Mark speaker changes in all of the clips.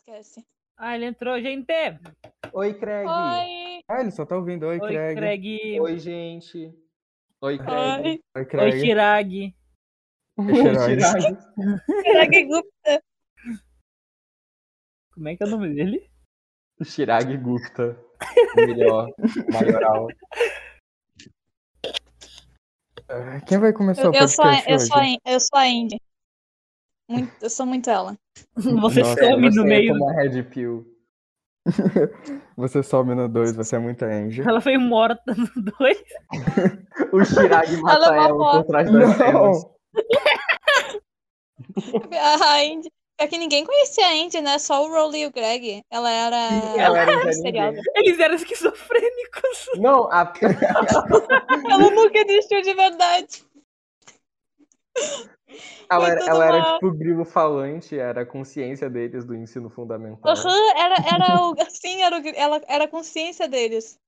Speaker 1: esquece.
Speaker 2: Ah, ele entrou, gente!
Speaker 3: Oi, Craig.
Speaker 1: Oi!
Speaker 4: Ah, ele só tá ouvindo. Oi, Craig.
Speaker 2: Craig.
Speaker 3: Oi, gente. Oi, Craig.
Speaker 1: Oi!
Speaker 4: Oi,
Speaker 2: Oi,
Speaker 4: Craig.
Speaker 2: Chirag.
Speaker 4: Oi, Chirag.
Speaker 1: Craig Gupta.
Speaker 2: Como é que é o nome dele?
Speaker 3: Chirag Gupta. O Melhor, maioral.
Speaker 4: Ah, Quem vai começar
Speaker 1: Eu,
Speaker 4: o
Speaker 1: eu sou, a-
Speaker 4: podcast
Speaker 1: eu, sou a,
Speaker 4: hoje?
Speaker 1: In- eu sou a Indy. Muito- eu sou muito ela.
Speaker 2: Você
Speaker 4: Nossa,
Speaker 2: some
Speaker 3: você
Speaker 2: no
Speaker 3: ia
Speaker 2: meio.
Speaker 3: tomar Red Pill.
Speaker 4: Você some no 2, você é muita Angie.
Speaker 2: Ela foi morta no dois.
Speaker 3: O Chirag mata
Speaker 1: Ela é uma
Speaker 3: ela,
Speaker 1: foto.
Speaker 3: por trás das cenas.
Speaker 4: Não!
Speaker 1: A Indy. É que ninguém conhecia a Indy, né? Só o Rowley e o Greg. Ela era.
Speaker 3: Ela era um Zé
Speaker 1: misteriosa.
Speaker 3: Ninguém.
Speaker 2: Eles eram esquizofrênicos.
Speaker 3: Não, a...
Speaker 1: Ela nunca existiu de verdade.
Speaker 3: ela,
Speaker 1: Foi
Speaker 3: era,
Speaker 1: tudo
Speaker 3: ela era
Speaker 1: mal.
Speaker 3: tipo o grilo falante, era a consciência deles do ensino fundamental.
Speaker 1: Aham, era, era o. Assim, era, o, ela, era a consciência deles.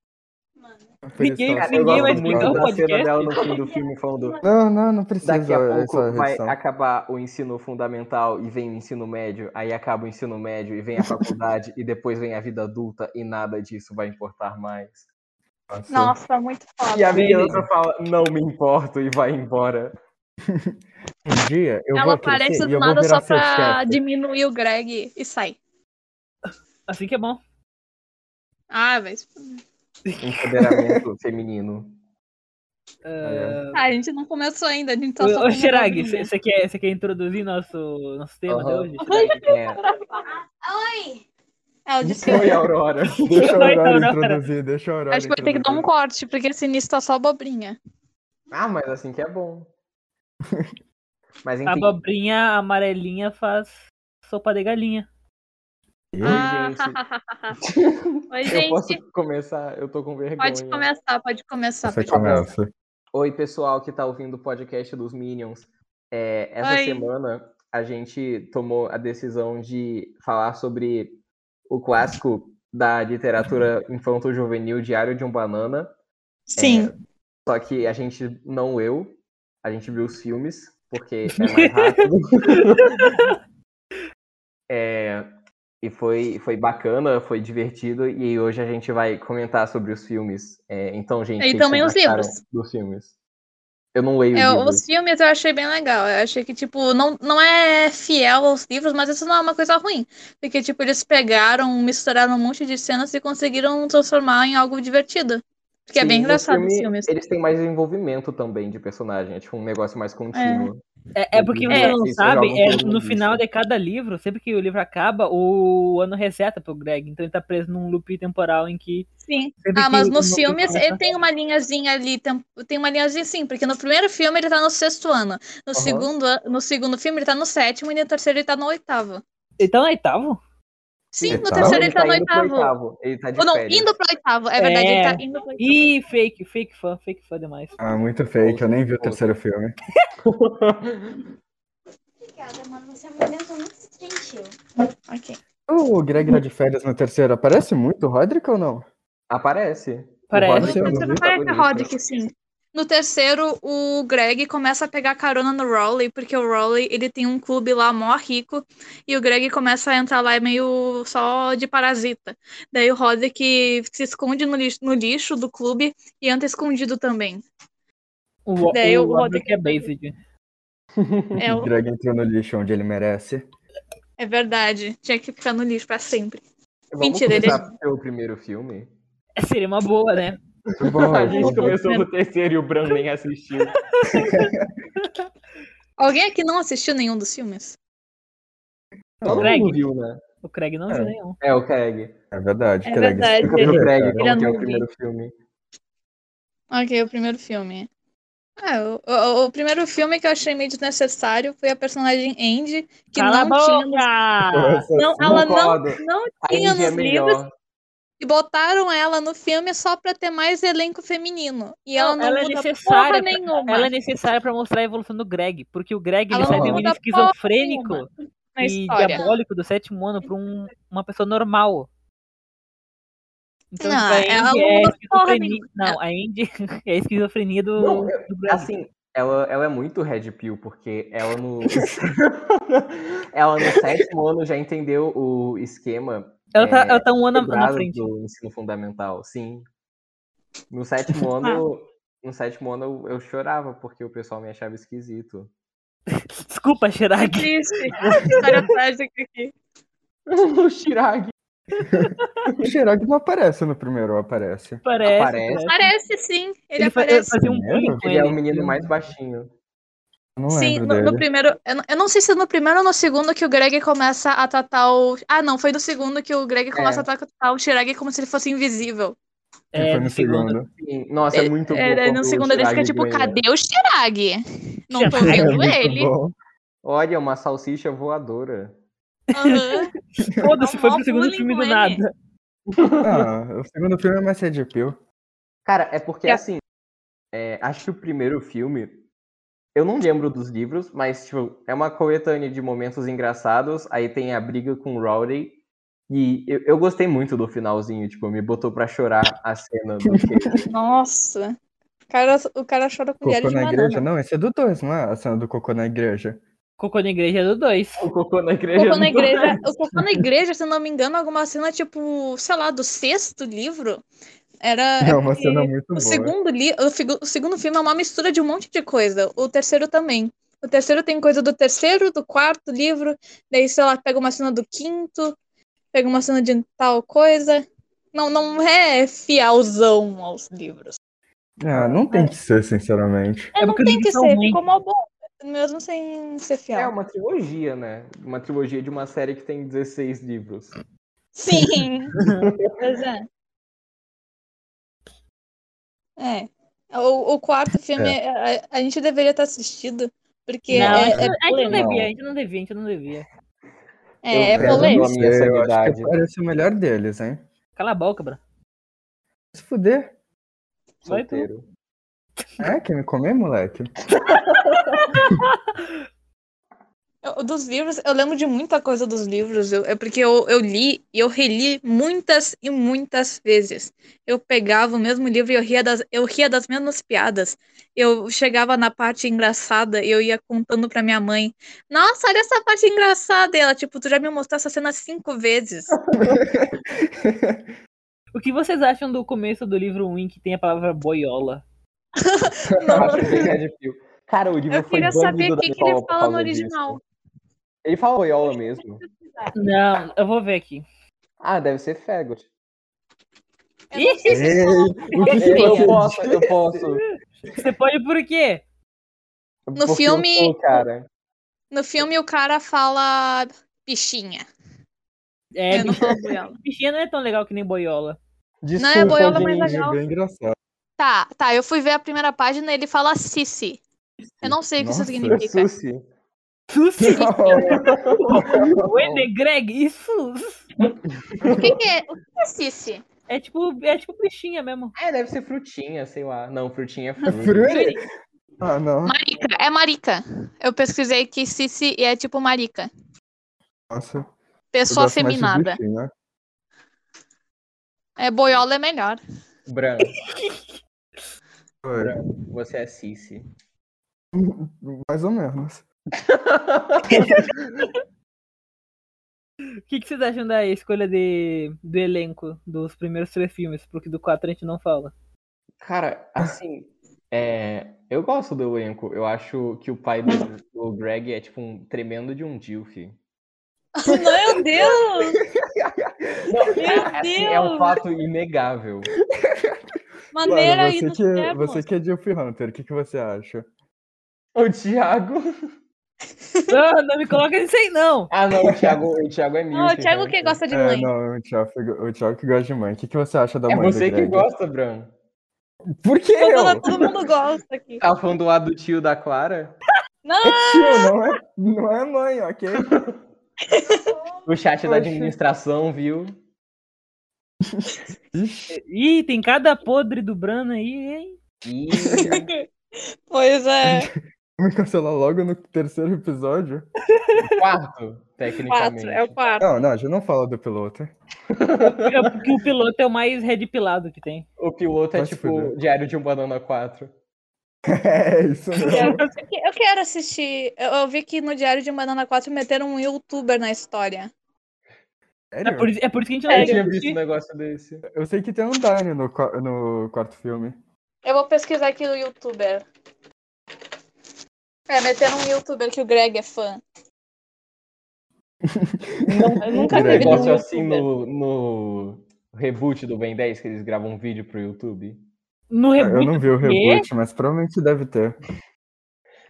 Speaker 4: Por isso
Speaker 2: Ninguém-
Speaker 4: que ela
Speaker 3: Cara,
Speaker 4: só
Speaker 3: eu
Speaker 2: ninguém
Speaker 4: gosta
Speaker 2: vai
Speaker 3: gosto
Speaker 4: do
Speaker 2: explicar o
Speaker 3: muito
Speaker 4: Brother.
Speaker 3: da cena
Speaker 2: podcast.
Speaker 3: dela no fim do filme falando
Speaker 4: Não, não, não precisa.
Speaker 3: Daqui a pouco
Speaker 4: essa
Speaker 3: vai
Speaker 4: edição.
Speaker 3: acabar o ensino fundamental e vem o ensino médio, aí acaba o ensino médio e vem a faculdade e depois vem a vida adulta e nada disso vai importar mais.
Speaker 1: Nossa, muito
Speaker 3: E
Speaker 1: foda.
Speaker 3: a criança fala, não me importo e vai embora.
Speaker 4: Um dia eu vou
Speaker 1: Ela aparece
Speaker 4: crescer e
Speaker 1: do
Speaker 4: eu vou
Speaker 1: nada
Speaker 4: virar
Speaker 1: só
Speaker 4: seu
Speaker 1: pra
Speaker 4: chefe.
Speaker 1: diminuir o Greg e sai.
Speaker 2: Assim que é bom.
Speaker 1: Ah, mas.
Speaker 3: Empoderamento feminino.
Speaker 4: É.
Speaker 2: Ah,
Speaker 1: Ah, a gente não começou ainda, a gente tá só.
Speaker 2: Ô, ô,
Speaker 1: começando.
Speaker 2: Chirag, você você quer, você quer introduzir nosso, nosso tema de
Speaker 3: Aham.
Speaker 2: hoje?
Speaker 3: É.
Speaker 1: É, eu disse que
Speaker 3: Oi, Aurora.
Speaker 4: Deixa o
Speaker 2: Vai,
Speaker 4: horário
Speaker 2: Aurora.
Speaker 4: introduzir, deixa o horário
Speaker 1: Acho que vai ter que dar um corte, porque esse início tá só abobrinha.
Speaker 3: Ah, mas assim que é bom. Mas
Speaker 2: A
Speaker 1: Tá
Speaker 3: enfim,
Speaker 2: abobrinha amarelinha faz sopa de galinha.
Speaker 4: introduzir.
Speaker 1: Ah, Oi,
Speaker 3: eu
Speaker 1: gente.
Speaker 3: posso começar? Eu tô com vergonha.
Speaker 1: Pode começar, pode começar.
Speaker 4: Você
Speaker 1: Pode
Speaker 4: começa.
Speaker 3: Oi, pessoal que tá ouvindo o podcast dos Minions. É, essa
Speaker 1: Oi.
Speaker 3: semana a gente tomou a decisão de falar sobre o clássico da literatura infanto-juvenil Diário de um Banana.
Speaker 1: Sim.
Speaker 3: É, Só que a gente não leu, a gente viu os filmes, porque é mais rápido. É, e foi, foi bacana, foi divertido, e hoje a gente vai comentar sobre os filmes. É, então, gente.
Speaker 1: E
Speaker 3: o que
Speaker 1: também
Speaker 3: vocês
Speaker 1: os
Speaker 3: acharam
Speaker 1: livros.
Speaker 3: Dos filmes. Eu não leio
Speaker 1: Eu-
Speaker 3: livros.
Speaker 1: É, os filmes eu achei bem legal. Eu achei que, tipo, não, não é fiel aos livros, mas isso não é uma coisa ruim. Porque, tipo, eles pegaram, misturaram um monte de cenas e conseguiram transformar em algo divertido. Porque é
Speaker 3: Sim,
Speaker 1: bem
Speaker 3: no
Speaker 1: engraçado os
Speaker 3: filme,
Speaker 1: filmes.
Speaker 3: Eles têm mais envolvimento também de personagem, é tipo um negócio mais contínuo.
Speaker 2: É, é porque
Speaker 3: É,
Speaker 2: você não
Speaker 3: isso,
Speaker 2: sabe,
Speaker 3: jogam
Speaker 2: é
Speaker 3: todo
Speaker 2: no
Speaker 3: mundo
Speaker 2: final
Speaker 3: isso.
Speaker 2: de cada livro, sempre que o livro acaba, o ano reseta pro Greg. Então ele tá preso num loop temporal em que.
Speaker 1: Sim.
Speaker 2: sempre
Speaker 1: Ah,
Speaker 2: que
Speaker 1: mas
Speaker 2: o- tá
Speaker 1: nos
Speaker 2: o-
Speaker 1: filmes
Speaker 2: começa-
Speaker 1: ele tem uma linhazinha ali, tem, um, tem uma linhazinha sim, porque no primeiro filme ele tá no sexto ano, no,
Speaker 3: Aham.
Speaker 1: segundo, an- no segundo filme ele tá no sétimo e no terceiro ele tá no oitavo.
Speaker 2: Ele tá no oitavo?
Speaker 1: Sim, no
Speaker 4: Oitavo?
Speaker 1: terceiro
Speaker 3: Não,
Speaker 1: ele, tá, no
Speaker 3: indo pro
Speaker 1: oitavo.
Speaker 3: oitavo, Ele tá de
Speaker 1: Ou não,
Speaker 3: férias.
Speaker 1: indo pro oitavo, é verdade, ele tá indo pro oitavo.
Speaker 2: Ih, fake, fake fã, fake fã demais.
Speaker 4: Ah, muito fake, eu nem vi o
Speaker 3: Outra.
Speaker 4: terceiro filme.
Speaker 5: Obrigada, mano. Você é uma criança muito triste.
Speaker 1: Ok.
Speaker 4: O Greg tá de férias no terceiro, aparece muito o Roderick ou não?
Speaker 3: Aparece.
Speaker 2: Parece.
Speaker 4: Roderick é
Speaker 1: No
Speaker 4: um
Speaker 1: terceiro
Speaker 3: dos
Speaker 1: parece
Speaker 3: protagonistas.
Speaker 1: Roderick, sim. No terceiro, o Greg começa a pegar carona no Rowley, porque o Rowley, ele tem um clube lá mó rico, e o Greg começa a entrar lá meio só de parasita. Daí o Roderick se esconde no lixo, no lixo do clube e entra escondido também.
Speaker 2: O, o,
Speaker 1: Daí
Speaker 2: o
Speaker 1: o
Speaker 2: Roderick é basic.
Speaker 1: É,
Speaker 4: O
Speaker 1: o-
Speaker 4: Greg entrou no lixo onde ele merece.
Speaker 1: é verdade, tinha que ficar no lixo pra sempre.
Speaker 3: Vamos
Speaker 1: Mentira, ele-
Speaker 3: começar pelo primeiro filme.
Speaker 2: É, Seria uma boa, né?
Speaker 4: Muito bom,
Speaker 3: A gente
Speaker 4: muito bom.
Speaker 3: começou no terceiro e o Bran nem assistiu.
Speaker 1: Alguém aqui não assistiu nenhum dos filmes? É
Speaker 3: Todo
Speaker 2: Greg.
Speaker 3: mundo viu, né?
Speaker 2: O Craig não
Speaker 4: É.
Speaker 2: viu nenhum.
Speaker 3: É o Craig.
Speaker 4: É verdade,
Speaker 1: É
Speaker 4: Greg.
Speaker 1: verdade,
Speaker 4: explica
Speaker 1: ele-
Speaker 3: O
Speaker 4: pro
Speaker 3: Craig,
Speaker 4: cara.
Speaker 3: como
Speaker 1: Ele
Speaker 3: que é
Speaker 1: não
Speaker 3: o primeiro filme.
Speaker 1: Ok, o primeiro filme. Ah, o, o- o primeiro filme que eu achei meio desnecessário foi a personagem Andy, que
Speaker 2: Cala a
Speaker 1: não tinha nos,
Speaker 3: Ah.
Speaker 2: boca!
Speaker 4: Nossa,
Speaker 1: não, ela não,
Speaker 3: Concordo.
Speaker 1: não
Speaker 3: A
Speaker 1: tinha
Speaker 3: Indy é
Speaker 1: nos livros
Speaker 3: melhor.
Speaker 1: e botaram ela no filme só pra ter mais elenco feminino. E ela né? não
Speaker 2: ela é
Speaker 1: muda
Speaker 2: necessária
Speaker 1: porra
Speaker 2: pra-
Speaker 1: nenhuma.
Speaker 2: Ela é necessária pra mostrar a evolução do Greg, porque o Greg ele
Speaker 1: Ela
Speaker 2: sai
Speaker 3: não
Speaker 2: de um
Speaker 1: muda porra
Speaker 2: esquizofrênico
Speaker 1: nenhuma na
Speaker 2: e
Speaker 1: história.
Speaker 2: diabólico do sétimo ano pra um- uma pessoa normal. Então,
Speaker 1: Não,
Speaker 2: tipo, a
Speaker 1: ela
Speaker 2: Andy
Speaker 1: não
Speaker 2: é
Speaker 1: muda porra
Speaker 2: esquizofrenia. Não, a Andy é a esquizofrenia do,
Speaker 3: Não,
Speaker 2: do Greg.
Speaker 3: Assim, Ela, ela é muito red pill, porque ela no. ela no sétimo ano já entendeu o esquema
Speaker 2: Ela tá,
Speaker 3: É,
Speaker 2: ela tá um ano na- na
Speaker 3: quebrado
Speaker 2: frente.
Speaker 3: do ensino fundamental, sim. No sétimo
Speaker 1: Ah.
Speaker 3: ano, eu- no sétimo ano eu, eu chorava porque o pessoal me achava esquisito.
Speaker 2: Desculpa,
Speaker 1: Que
Speaker 2: Shiragi.
Speaker 1: é triste. História trágica aqui.
Speaker 3: o Shirag
Speaker 4: O Gerard não aparece no primeiro, ou aparece.
Speaker 2: Parece.
Speaker 3: Aparece.
Speaker 2: parece.
Speaker 1: Parece sim. Ele,
Speaker 2: Ele fa-
Speaker 1: aparece.
Speaker 2: fazia um
Speaker 4: Primeiro?
Speaker 2: bullying com
Speaker 3: ele
Speaker 2: ele.
Speaker 3: é o menino
Speaker 1: um
Speaker 3: mais baixinho.
Speaker 4: Eu Não
Speaker 1: Sim,
Speaker 4: lembro
Speaker 1: no, no
Speaker 4: dele.
Speaker 1: primeiro. Eu não, eu não sei se é no primeiro ou no segundo que o Greg começa a tratar o. Ah, não, foi no segundo que o
Speaker 4: É.
Speaker 1: Greg começa a tratar o Shiragi como se ele fosse invisível.
Speaker 2: É,
Speaker 4: Foi no segundo.
Speaker 3: Sim, Nossa, é muito bom.
Speaker 1: É,
Speaker 3: quando
Speaker 1: no
Speaker 3: o
Speaker 1: segundo ele fica
Speaker 3: Shirag
Speaker 1: tipo,
Speaker 3: ganha.
Speaker 1: cadê o Shiragi? Não tô
Speaker 2: Shiragi.
Speaker 4: É,
Speaker 1: vendo
Speaker 4: muito
Speaker 1: ele.
Speaker 4: bom.
Speaker 3: Olha, uma salsicha voadora.
Speaker 1: Aham.
Speaker 2: Foda-se,
Speaker 1: É um
Speaker 2: foi pro
Speaker 1: mau
Speaker 2: segundo
Speaker 1: bullying
Speaker 2: filme
Speaker 1: com
Speaker 2: do
Speaker 1: ele.
Speaker 2: nada.
Speaker 4: Ah, o segundo filme é mais Red Pill.
Speaker 3: Cara, é porque
Speaker 2: É.
Speaker 3: assim, é, acho que o primeiro filme, eu não lembro dos livros, mas tipo, é uma coletânea de momentos engraçados, aí tem a briga com o Rowdy, e eu, eu gostei muito do finalzinho, tipo, me botou pra chorar a cena do que-
Speaker 1: Nossa. O cara, o cara chora com
Speaker 4: Cocô
Speaker 1: diário de
Speaker 4: na
Speaker 1: banana.
Speaker 4: igreja. Não, esse é do dois, não é? A cena do cocô na igreja.
Speaker 2: Cocô na igreja do 2.
Speaker 3: o cocô na
Speaker 1: O
Speaker 3: igreja.
Speaker 1: Cocô na
Speaker 3: não-
Speaker 1: igreja, o Cocô na igreja, se eu não me engano, alguma cena tipo, sei lá, do sexto livro. Era
Speaker 4: É uma
Speaker 1: porque
Speaker 4: cena muito
Speaker 1: o
Speaker 4: boa.
Speaker 1: segundo li, o, figu- o segundo filme é uma mistura de um monte de coisa. O terceiro também. O terceiro tem coisa do terceiro, do quarto livro, daí sei lá, pega uma cena do quinto, pega uma cena de tal coisa. Não, não é fielzão aos livros.
Speaker 4: Ah, não
Speaker 1: é
Speaker 4: tem que ser, sinceramente.
Speaker 2: É
Speaker 1: não
Speaker 2: porque
Speaker 1: tem
Speaker 2: eles
Speaker 1: que
Speaker 2: são
Speaker 1: ser,
Speaker 2: ruins.
Speaker 1: ficou mó bom, mesmo sem ser fiel.
Speaker 3: É uma trilogia, né? Uma trilogia de uma série que tem 16 livros.
Speaker 1: Sim. pois é. É. O, o quarto filme a, a- a gente deveria ter assistido, porque
Speaker 2: Não, a
Speaker 1: é,
Speaker 2: gente
Speaker 1: é,
Speaker 2: a gente não
Speaker 1: polêmico.
Speaker 2: devia, a gente não devia, a gente não devia.
Speaker 1: É, é
Speaker 3: Eu
Speaker 4: Eu
Speaker 1: polêmico.
Speaker 4: não
Speaker 3: a minha
Speaker 4: sei, eu acho
Speaker 3: sanidade.
Speaker 4: que parece o melhor deles, hein?
Speaker 2: Cala a boca, bro.
Speaker 4: Se fuder.
Speaker 2: Vai tu.
Speaker 3: Solteiro.
Speaker 4: É, quer me comer, moleque?
Speaker 1: Eu- Dos livros, eu lembro de muita coisa dos livros. Eu, é porque eu, eu li e eu reli muitas e muitas vezes. Eu pegava o mesmo livro e eu ria das, eu ria das mesmas piadas. Eu chegava na parte engraçada e eu ia contando pra minha mãe: Nossa, olha essa parte engraçada! E ela, tipo, tu já me mostrou essa cena cinco vezes.
Speaker 2: O que vocês acham do começo do livro 1 em que tem a palavra boiola?
Speaker 3: Eu
Speaker 1: Não,
Speaker 3: acho bem Red Pill. Cara, o livro
Speaker 1: eu
Speaker 3: foi
Speaker 1: queria saber
Speaker 3: banido
Speaker 1: o
Speaker 3: da
Speaker 1: que, que
Speaker 3: escola
Speaker 1: ele
Speaker 3: por
Speaker 1: fala no
Speaker 3: causa disso.
Speaker 1: original.
Speaker 3: Ele fala boiola mesmo.
Speaker 2: Não, eu vou ver aqui.
Speaker 3: Ah, deve ser faggot.
Speaker 1: Eu não sei se
Speaker 4: Ei,
Speaker 1: ele fala-
Speaker 4: o que
Speaker 1: Sim.
Speaker 3: Eu
Speaker 4: você
Speaker 3: posso, eu posso.
Speaker 2: Você pode por quê?
Speaker 1: No
Speaker 3: Porque
Speaker 1: filme-
Speaker 3: eu sou o cara.
Speaker 1: No filme o cara fala bichinha.
Speaker 2: É,
Speaker 1: eu não
Speaker 2: bichinha,
Speaker 1: falo boiola.
Speaker 2: bichinha não é tão legal que nem boiola.
Speaker 1: Não, é boiola mais
Speaker 3: gente.
Speaker 1: legal.
Speaker 4: É bem engraçado.
Speaker 1: Tá, tá, eu fui ver a primeira página e ele fala Sissi. Eu não sei o que isso
Speaker 4: Nossa,
Speaker 1: significa.
Speaker 3: Sushi.
Speaker 2: Susi,
Speaker 4: Não,
Speaker 2: o Ender né, Greg, isso.
Speaker 1: O que, que é? O que é Sissi?
Speaker 2: É tipo, é tipo bichinha mesmo.
Speaker 3: É, deve ser frutinha, sei lá. Não, frutinha é fruta.
Speaker 4: Fruri? Ah, não.
Speaker 1: Marica, é marica. Eu pesquisei que Sissi é tipo marica. É
Speaker 4: Nossa. eu
Speaker 1: Pessoa
Speaker 4: gosto mais de né?
Speaker 1: afeminada.
Speaker 4: bichinho.
Speaker 1: É boiola é melhor.
Speaker 3: Bran,
Speaker 4: Oi,
Speaker 3: você é Cici.
Speaker 4: Mais ou menos.
Speaker 2: O que, que vocês acham da escolha de, do elenco dos primeiros três filmes? Porque do quatro a gente não fala.
Speaker 3: Cara, assim, é, eu gosto do elenco. Eu acho que o pai do, do Greg é tipo um tremendo de um Dilf.
Speaker 1: Meu Deus! Meu
Speaker 3: Assim, é um fato inegável.
Speaker 4: Claro, você, que, você que é Dilf Hunter, o que, que você acha?
Speaker 3: O Thiago.
Speaker 2: Não, não me coloca nisso aí, não!
Speaker 3: Ah, não, o Thiago, o Thiago é
Speaker 1: Não,
Speaker 3: milk.
Speaker 1: Ah, o Thiago
Speaker 3: né?
Speaker 1: que gosta de
Speaker 4: É,
Speaker 1: mãe.
Speaker 4: não, o Thiago, o Thiago que gosta de mãe. O que, que você acha da
Speaker 3: É
Speaker 4: mãe? do
Speaker 3: você que
Speaker 4: Greg?
Speaker 3: gosta, Bran.
Speaker 4: Por que eu?
Speaker 1: Todo, todo mundo gosta aqui.
Speaker 3: Tá falando do lado do tio da Clara?
Speaker 4: Tio, não é, não é mãe, ok?
Speaker 3: O chat da
Speaker 4: Poxa.
Speaker 3: administração, viu?
Speaker 4: Ixi,
Speaker 2: Ih, tem cada podre do Brano aí, hein?
Speaker 3: Ih,
Speaker 1: Pois é.
Speaker 4: me cancelar logo no terceiro episódio.
Speaker 1: é
Speaker 3: quarto, tecnicamente.
Speaker 1: Quatro, é o quatro.
Speaker 4: Não, não, a gente não fala do piloto.
Speaker 2: É porque o piloto é o mais redpilado que tem.
Speaker 3: O piloto é
Speaker 4: Vai se
Speaker 3: tipo
Speaker 4: fuder.
Speaker 3: Diário de um Banana 4.
Speaker 4: É isso mesmo.
Speaker 1: Eu que- Eu quero assistir. Eu, eu vi que no Diário de uma Banana 4 meteram um youtuber na história.
Speaker 2: É
Speaker 4: Sério?
Speaker 2: por, isso- é por isso que a gente não
Speaker 1: É,
Speaker 3: Eu
Speaker 1: eu
Speaker 2: quer
Speaker 3: tinha visto um
Speaker 2: assistir.
Speaker 3: negócio desse.
Speaker 4: Eu sei que tem um Dine no, qua- no quarto filme.
Speaker 1: Eu vou pesquisar aqui no youtuber. É, meteram um youtuber que o Greg é fã.
Speaker 2: Não, eu nunca
Speaker 3: Um
Speaker 4: Cara,
Speaker 2: teve
Speaker 4: Greg.
Speaker 3: negócio
Speaker 2: nenhum
Speaker 3: assim
Speaker 2: youtuber.
Speaker 3: no, no reboot do Ben 10, que eles gravam um vídeo pro YouTube.
Speaker 2: No
Speaker 4: Ah, Eu
Speaker 2: reboot
Speaker 4: não vi o
Speaker 2: É quê?
Speaker 4: reboot, mas provavelmente deve ter.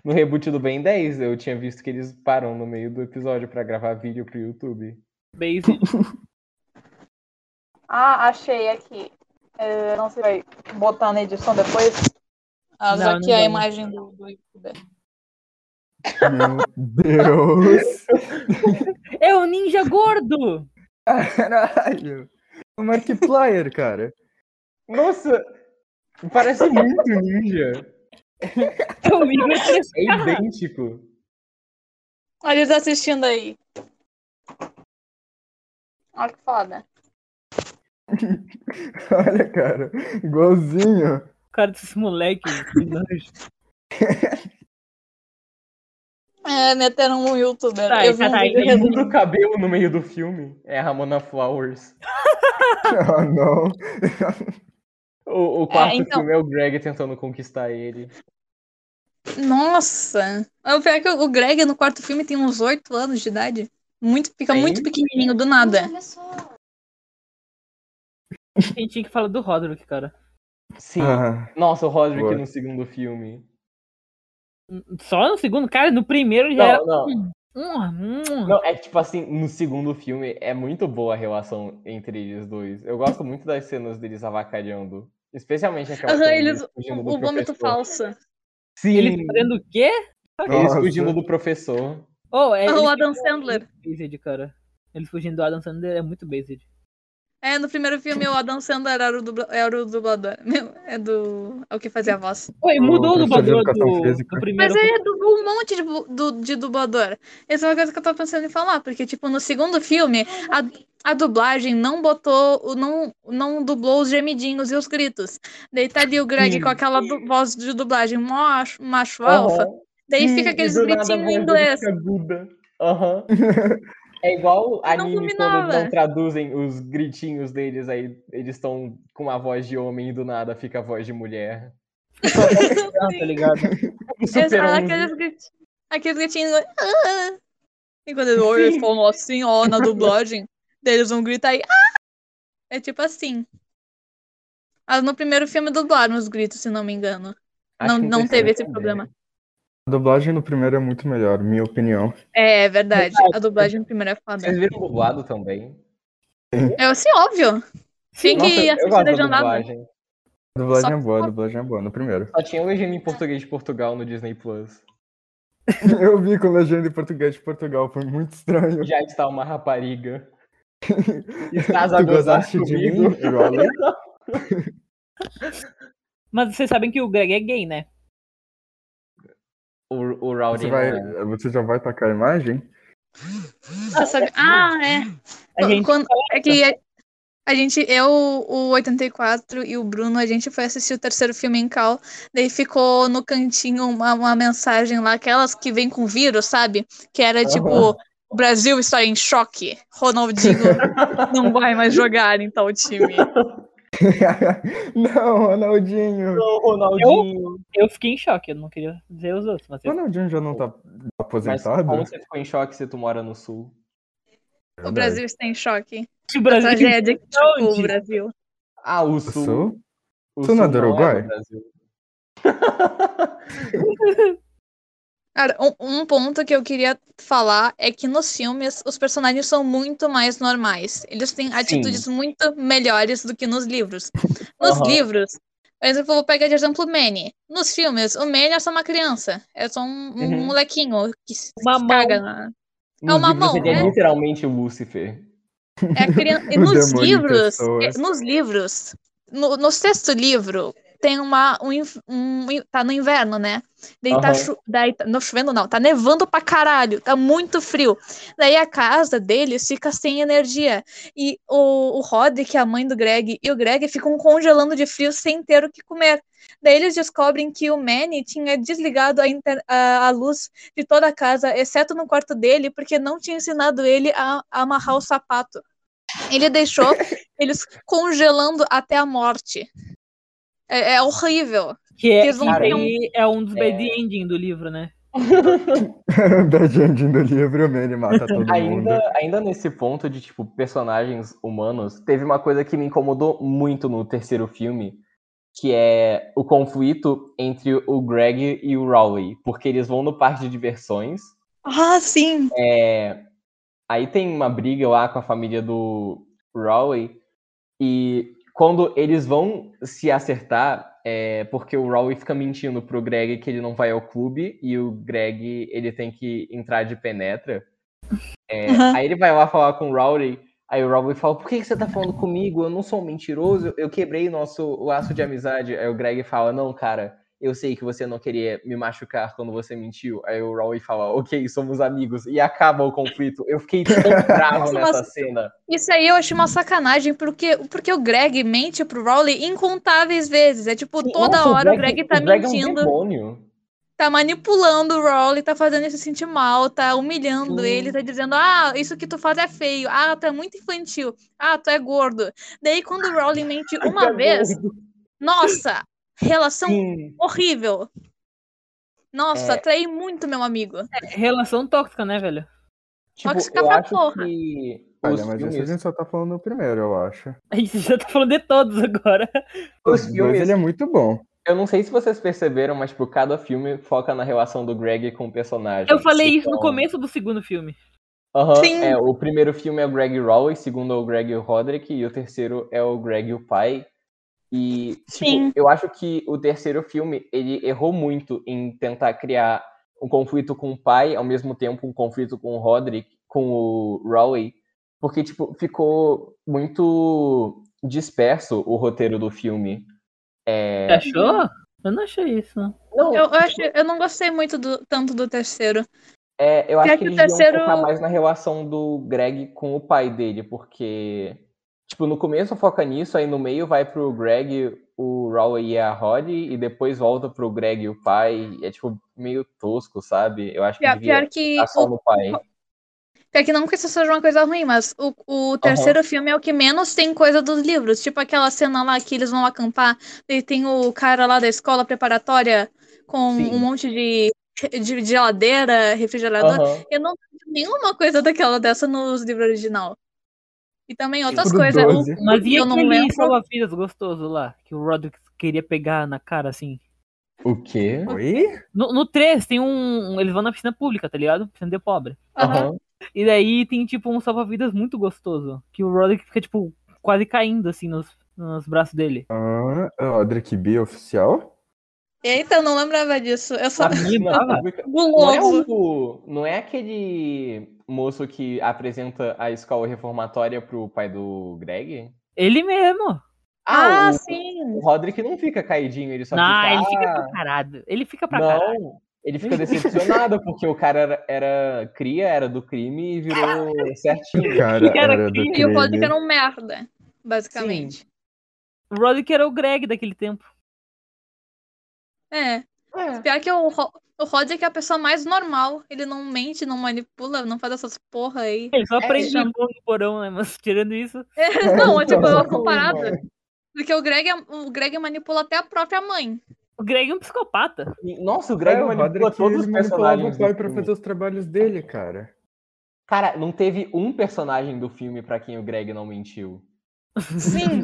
Speaker 3: No reboot do Ben 10, eu tinha visto que eles param no meio do episódio pra gravar vídeo pro YouTube.
Speaker 2: Base.
Speaker 1: Ah, achei aqui. É, não sei, vai botar na edição depois. Ah,
Speaker 2: Não,
Speaker 1: aqui
Speaker 2: não
Speaker 1: a
Speaker 2: vai.
Speaker 1: imagem do, do youtuber.
Speaker 4: Meu Deus!
Speaker 2: É o ninja gordo!
Speaker 4: Caralho! O Markiplier, cara.
Speaker 3: Nossa! Parece muito ninja!
Speaker 2: É o Igor 3.
Speaker 3: É idêntico.
Speaker 1: Olha eles assistindo aí. Olha que foda.
Speaker 4: Olha, cara. Igualzinho.
Speaker 2: Cara desses moleques.
Speaker 1: É, meteram um youtuber.
Speaker 2: Tá,
Speaker 1: eu vi
Speaker 2: tá,
Speaker 1: um
Speaker 2: tá,
Speaker 1: vídeo
Speaker 2: entendi.
Speaker 1: resumido.
Speaker 3: Muda o cabelo no meio do filme. É a Ramona Flowers.
Speaker 4: Ah, não.
Speaker 3: O, o quarto
Speaker 1: então-
Speaker 3: filme é o Greg tentando conquistar ele.
Speaker 1: Nossa! O pior é que o Greg no quarto filme tem uns 8 anos de idade. Muito, fica
Speaker 3: Tem?
Speaker 1: muito pequenininho, do nada.
Speaker 5: Começou.
Speaker 2: A gente tinha que falar do Roderick, cara.
Speaker 3: Sim.
Speaker 4: Ah,
Speaker 3: Nossa, o Roderick
Speaker 4: Boa.
Speaker 3: no segundo filme.
Speaker 2: Só no segundo? Cara, no primeiro já era.
Speaker 3: Não, não.
Speaker 2: Hum, hum.
Speaker 3: Não, é que, tipo assim, no segundo filme é muito boa a relação entre eles dois. Eu gosto muito das cenas deles avacalhando. Especialmente aquela
Speaker 1: Aham,
Speaker 3: cena
Speaker 1: eles-
Speaker 3: deles
Speaker 1: O,
Speaker 3: fugindo do
Speaker 1: o vômito
Speaker 3: professor.
Speaker 1: falso.
Speaker 3: Sim,
Speaker 2: Ele fazendo o quê?
Speaker 3: eles
Speaker 4: Nossa.
Speaker 3: fugindo do professor.
Speaker 2: Oh, é,
Speaker 1: Ah,
Speaker 2: eles
Speaker 1: o Adam
Speaker 2: fugindo do
Speaker 1: Sandler.
Speaker 2: Based, cara. Eles fugindo do Adam Sandler é muito based.
Speaker 1: É, no primeiro filme o Adam Sandler era o, dubla- era o dublador. Meu, É do. É o que fazia a voz.
Speaker 2: Oi,
Speaker 4: O
Speaker 2: mudou o
Speaker 4: professor de
Speaker 2: dublador do,
Speaker 4: educação física.
Speaker 2: do primeiro.
Speaker 1: Mas ele é dublou um monte de, bu- do- de dublador. Essa é uma coisa que eu tô pensando em falar, porque, tipo, no segundo filme, a, a dublagem não botou, o- não, não dublou os gemidinhos e os gritos. Daí tá ali o Greg
Speaker 3: Sim.
Speaker 1: com aquela du- voz de dublagem macho, macho alfa.
Speaker 3: Aham.
Speaker 1: Daí
Speaker 3: Sim,
Speaker 1: fica aqueles
Speaker 3: e do nada a
Speaker 1: gritinhos
Speaker 3: voz
Speaker 1: em
Speaker 3: dele
Speaker 1: inglês.
Speaker 3: fica aguda. Aham. É igual anime quando
Speaker 1: combinava.
Speaker 3: não traduzem os gritinhos deles, aí eles estão com a voz de homem e do nada fica a voz de mulher.
Speaker 2: Ah, tá ligado?
Speaker 3: O
Speaker 1: Eles-
Speaker 3: Super
Speaker 1: aqueles gritinhos. Aqueles gritinhos. ah, ah. E quando eles- eles falam assim, ó, na dublagem, daí eles vão gritar aí. "Ah!" É tipo assim. Ah, no primeiro filme dublaram os gritos, se não me engano.
Speaker 3: Acho
Speaker 1: não
Speaker 3: que no
Speaker 1: não
Speaker 3: terceiro
Speaker 1: teve esse
Speaker 3: também.
Speaker 1: problema.
Speaker 4: a dublagem no primeiro é muito melhor, minha opinião.
Speaker 1: É, é verdade. A dublagem no primeiro é foda.
Speaker 3: Vocês viram dublado também?
Speaker 1: É assim, óbvio. Tem
Speaker 3: Nossa,
Speaker 1: que
Speaker 3: eu
Speaker 1: assistir
Speaker 3: gosto da
Speaker 1: legendado.
Speaker 3: dublagem.
Speaker 4: A dublagem
Speaker 1: Só-
Speaker 4: é boa, a dublagem é boa no primeiro.
Speaker 3: Só tinha o legenda em português de Portugal no Disney Plus.
Speaker 4: Eu vi com legenda em português de Portugal, foi muito estranho.
Speaker 3: Já está uma rapariga. Estás a gozar
Speaker 4: Tu gozaste de mim?
Speaker 3: comigo?
Speaker 4: Eu olhei.
Speaker 2: Mas vocês sabem que o Greg é gay, né?
Speaker 3: O, o Rowdy
Speaker 4: Você,
Speaker 3: não
Speaker 4: vai,
Speaker 3: é.
Speaker 1: né?"
Speaker 4: você já vai tacar a imagem?
Speaker 1: Ah, sabe? Ah, é.
Speaker 2: A gente
Speaker 1: Quando- é que a, a gente, eu, o 84 e o Bruno, a gente foi assistir o terceiro filme em Cal, daí ficou no cantinho uma, uma mensagem lá, aquelas que vem com vírus, sabe? Que era tipo, o Brasil está em choque, Ronaldinho não vai mais jogar em tal
Speaker 2: É
Speaker 1: time.
Speaker 4: Não, Ronaldinho.
Speaker 3: O Ronaldinho.
Speaker 2: eu fiquei em choque, eu não queria dizer os outros, mas eu...
Speaker 4: Ronaldinho já não tá
Speaker 3: Mas
Speaker 4: aposentado?
Speaker 3: como você ficou em choque se tu mora no sul?
Speaker 1: O Brasil está em choque.
Speaker 2: o
Speaker 1: A
Speaker 2: Brasil
Speaker 1: tragédia que chocou tipo, o
Speaker 2: Onde?
Speaker 1: Brasil.
Speaker 3: Ah, o
Speaker 4: Sul?
Speaker 3: sul. O
Speaker 4: Tu não é do
Speaker 3: é
Speaker 4: Uruguai?
Speaker 3: Brasil.
Speaker 1: Cara, um, um ponto que eu queria falar é que nos filmes os personagens são muito mais normais. Eles têm atitudes muito melhores do que nos livros. Nos
Speaker 3: Aham.
Speaker 1: livros, por exemplo, eu vou pegar de exemplo o Manny. Nos filmes, o Manny é só uma criança. É só um, um
Speaker 3: Uhum.
Speaker 1: molequinho que se
Speaker 2: Uma mão.
Speaker 1: caga na.
Speaker 3: Nos
Speaker 1: uma
Speaker 3: livros
Speaker 1: mão,
Speaker 3: ele é
Speaker 4: né?
Speaker 3: literalmente o Lúcifer.
Speaker 1: É a criança... e
Speaker 4: O
Speaker 1: nos
Speaker 4: demônio em
Speaker 1: livros,
Speaker 4: pessoa.
Speaker 1: é- nos livros, no, no sexto livro, tem uma. Um, inf- um, tá no inverno, né? Daí tá
Speaker 3: Aham.
Speaker 1: chu- daí tá- não chovendo, não, tá nevando pra caralho, tá muito frio. Daí a casa deles fica sem energia. E o, o Rod, que é a mãe do Greg, e o Greg ficam congelando de frio sem ter o que comer. Daí eles descobrem que o Manny tinha desligado a, inter- a- a luz de toda a casa, exceto no quarto dele, porque não tinha ensinado ele a, a amarrar o sapato. Ele deixou eles congelando até a morte. É, é horrível.
Speaker 2: Que é,
Speaker 1: Eles
Speaker 2: que
Speaker 1: vão
Speaker 3: ter
Speaker 2: aí é um dos
Speaker 3: É.
Speaker 2: bad ending do livro, né?
Speaker 4: da Jandinho do livro, o Manny mata todo mundo.
Speaker 3: Ainda, é ainda nesse ponto de, tipo, personagens humanos, teve uma coisa que me incomodou muito no terceiro filme, que é o conflito entre o Greg e o Rowley, porque eles vão no parque de diversões,
Speaker 1: Ah, sim.
Speaker 3: é, aí tem uma briga lá com a família do Rowley, e quando eles vão se acertar, é porque o Rowley fica mentindo pro Greg que ele não vai ao clube, e o Greg, ele tem que entrar de penetra, é,
Speaker 1: Aham.
Speaker 3: Aí ele vai lá falar com o Rowley. Aí o Rowley fala: Por que, que você tá falando comigo? Eu não sou um mentiroso. Eu quebrei nosso laço de amizade. Aí o Greg fala: Não, cara, eu sei que você não queria me machucar quando você mentiu. Aí o Rowley fala: Ok, somos amigos. E acaba o conflito. Eu fiquei tão bravo
Speaker 1: Nossa,
Speaker 3: nessa
Speaker 1: mas- tipo,
Speaker 3: cena.
Speaker 1: Isso aí eu achei uma sacanagem, porque, porque o Greg mente pro Rowley incontáveis vezes. É tipo, toda
Speaker 3: Nossa,
Speaker 1: hora o Greg tá
Speaker 3: o Greg
Speaker 1: mentindo,
Speaker 3: É um demônio.
Speaker 1: tá manipulando o Rowley, tá fazendo ele se sentir mal, tá humilhando
Speaker 3: Sim.
Speaker 1: ele, tá dizendo, ah, isso que tu faz é feio, ah, tu é muito infantil, ah, tu é gordo. Daí quando o Rowley mente uma vez, nossa, relação
Speaker 3: tá Sim.
Speaker 1: horrível. Nossa,
Speaker 3: É.
Speaker 1: traí muito meu amigo.
Speaker 2: Relação tóxica, né, velho?
Speaker 3: Tipo,
Speaker 1: Tóxica
Speaker 3: eu
Speaker 1: pra
Speaker 3: acho
Speaker 1: porra.
Speaker 3: que. Os
Speaker 4: Olha, mas esse a
Speaker 3: filmes,
Speaker 4: gente só tá falando do primeiro, eu acho.
Speaker 2: A gente já tá falando de todos agora.
Speaker 3: os
Speaker 4: Os dois,
Speaker 3: filmes-
Speaker 4: ele é muito bom.
Speaker 3: Eu não sei se vocês perceberam, mas tipo, cada filme foca na relação do Greg com o personagem.
Speaker 2: Eu falei isso no
Speaker 3: Então,
Speaker 2: começo do segundo filme.
Speaker 3: Aham,
Speaker 1: Sim.
Speaker 3: é, o primeiro filme é o Greg Rowley, o segundo é o Greg e o Roderick, e o terceiro é o Greg e o pai. E, tipo,
Speaker 1: Sim.
Speaker 3: eu acho que o terceiro filme, ele errou muito em tentar criar um conflito com o pai, ao mesmo tempo um conflito com o Roderick, com o Rowley, porque, tipo, ficou muito disperso o roteiro do filme. É,
Speaker 2: Você Achou? Eu não achei isso. não.
Speaker 3: Não,
Speaker 1: Eu, eu, achei- eu não gostei muito do- tanto do terceiro.
Speaker 3: É, eu acho
Speaker 1: Pior
Speaker 3: que
Speaker 1: que o
Speaker 3: eles iam
Speaker 1: terceiro-
Speaker 3: focar mais na relação do Greg com o pai dele, porque, tipo, no começo foca nisso, aí no meio vai pro Greg, o Rowley e a Holly, e depois volta pro Greg e o pai. É, tipo, meio tosco, sabe? Eu acho que
Speaker 1: Pior,
Speaker 3: devia
Speaker 1: pior que
Speaker 3: ficar só
Speaker 1: o
Speaker 3: no pai.
Speaker 1: Pior que não que isso seja uma coisa ruim, mas o, o terceiro filme é o que menos tem coisa dos livros. Tipo aquela cena lá que eles vão acampar e tem o cara lá da escola preparatória com
Speaker 3: Sim.
Speaker 1: um monte de, de geladeira, refrigerador.
Speaker 3: Aham.
Speaker 1: Eu não vi nenhuma coisa daquela dessa nos livros original. E
Speaker 3: Tipo
Speaker 1: também outras
Speaker 4: Tudo
Speaker 1: coisas. o-
Speaker 4: 12.
Speaker 2: Mas e
Speaker 1: Eu não
Speaker 2: aquele
Speaker 1: lembro.
Speaker 2: salva-vidas gostoso lá? Que o Roderick queria pegar na cara, assim.
Speaker 3: O quê?
Speaker 1: Um.
Speaker 4: Oi?
Speaker 2: No, no 3 tem um... Eles vão na piscina pública, tá ligado? Piscina de pobre.
Speaker 1: Aham.
Speaker 3: Aham.
Speaker 2: E daí tem, tipo, um salva-vidas muito gostoso. Que o Roderick fica, tipo, quase caindo, assim, nos, nos braços dele.
Speaker 4: Ah, Roderick B oficial?
Speaker 1: Eita, então, eu não lembrava disso. Eu só tá
Speaker 3: Na piscina
Speaker 2: lembrava.
Speaker 3: pública. Ah, Não é,
Speaker 1: guloso.
Speaker 3: o, não é aquele moço que apresenta a escola reformatória pro pai do Greg?
Speaker 2: Ele mesmo.
Speaker 1: Ah,
Speaker 3: o-
Speaker 1: sim.
Speaker 3: O Roderick não fica caidinho, ele só
Speaker 2: não,
Speaker 3: fica.
Speaker 2: ele
Speaker 3: "Ah,
Speaker 2: fica pra caralho. Ele fica pra caralho.
Speaker 3: Não, ele fica decepcionado porque o cara era, era cria, era do crime e virou certinho.
Speaker 4: Cara,
Speaker 2: Que era
Speaker 4: era do
Speaker 2: que-
Speaker 1: E o Roderick
Speaker 3: né?
Speaker 4: crime.
Speaker 1: era um merda, basicamente.
Speaker 2: O Roderick era o Greg daquele tempo.
Speaker 1: É. Pior que o, Ro- o Roderick é a pessoa mais normal. Ele não mente, não manipula, não faz essas porra aí.
Speaker 2: Ele só
Speaker 3: É,
Speaker 2: prende
Speaker 3: ele
Speaker 2: a mão no porão, né? Mas tirando isso.
Speaker 1: não, é tipo,
Speaker 3: Então,
Speaker 1: comparado.
Speaker 3: mano.
Speaker 1: Porque o Greg, é- o Greg manipula até a própria mãe.
Speaker 2: O Greg é um psicopata.
Speaker 3: E, Nossa, o Greg
Speaker 4: É, o
Speaker 3: manipula
Speaker 4: Roderick
Speaker 3: todos os
Speaker 4: ele manipulava
Speaker 3: personagens.
Speaker 4: o
Speaker 3: do
Speaker 4: pai pra
Speaker 3: filme.
Speaker 4: fazer os trabalhos dele, cara.
Speaker 3: Cara, não teve um personagem do filme pra quem o Greg não mentiu.
Speaker 1: Sim.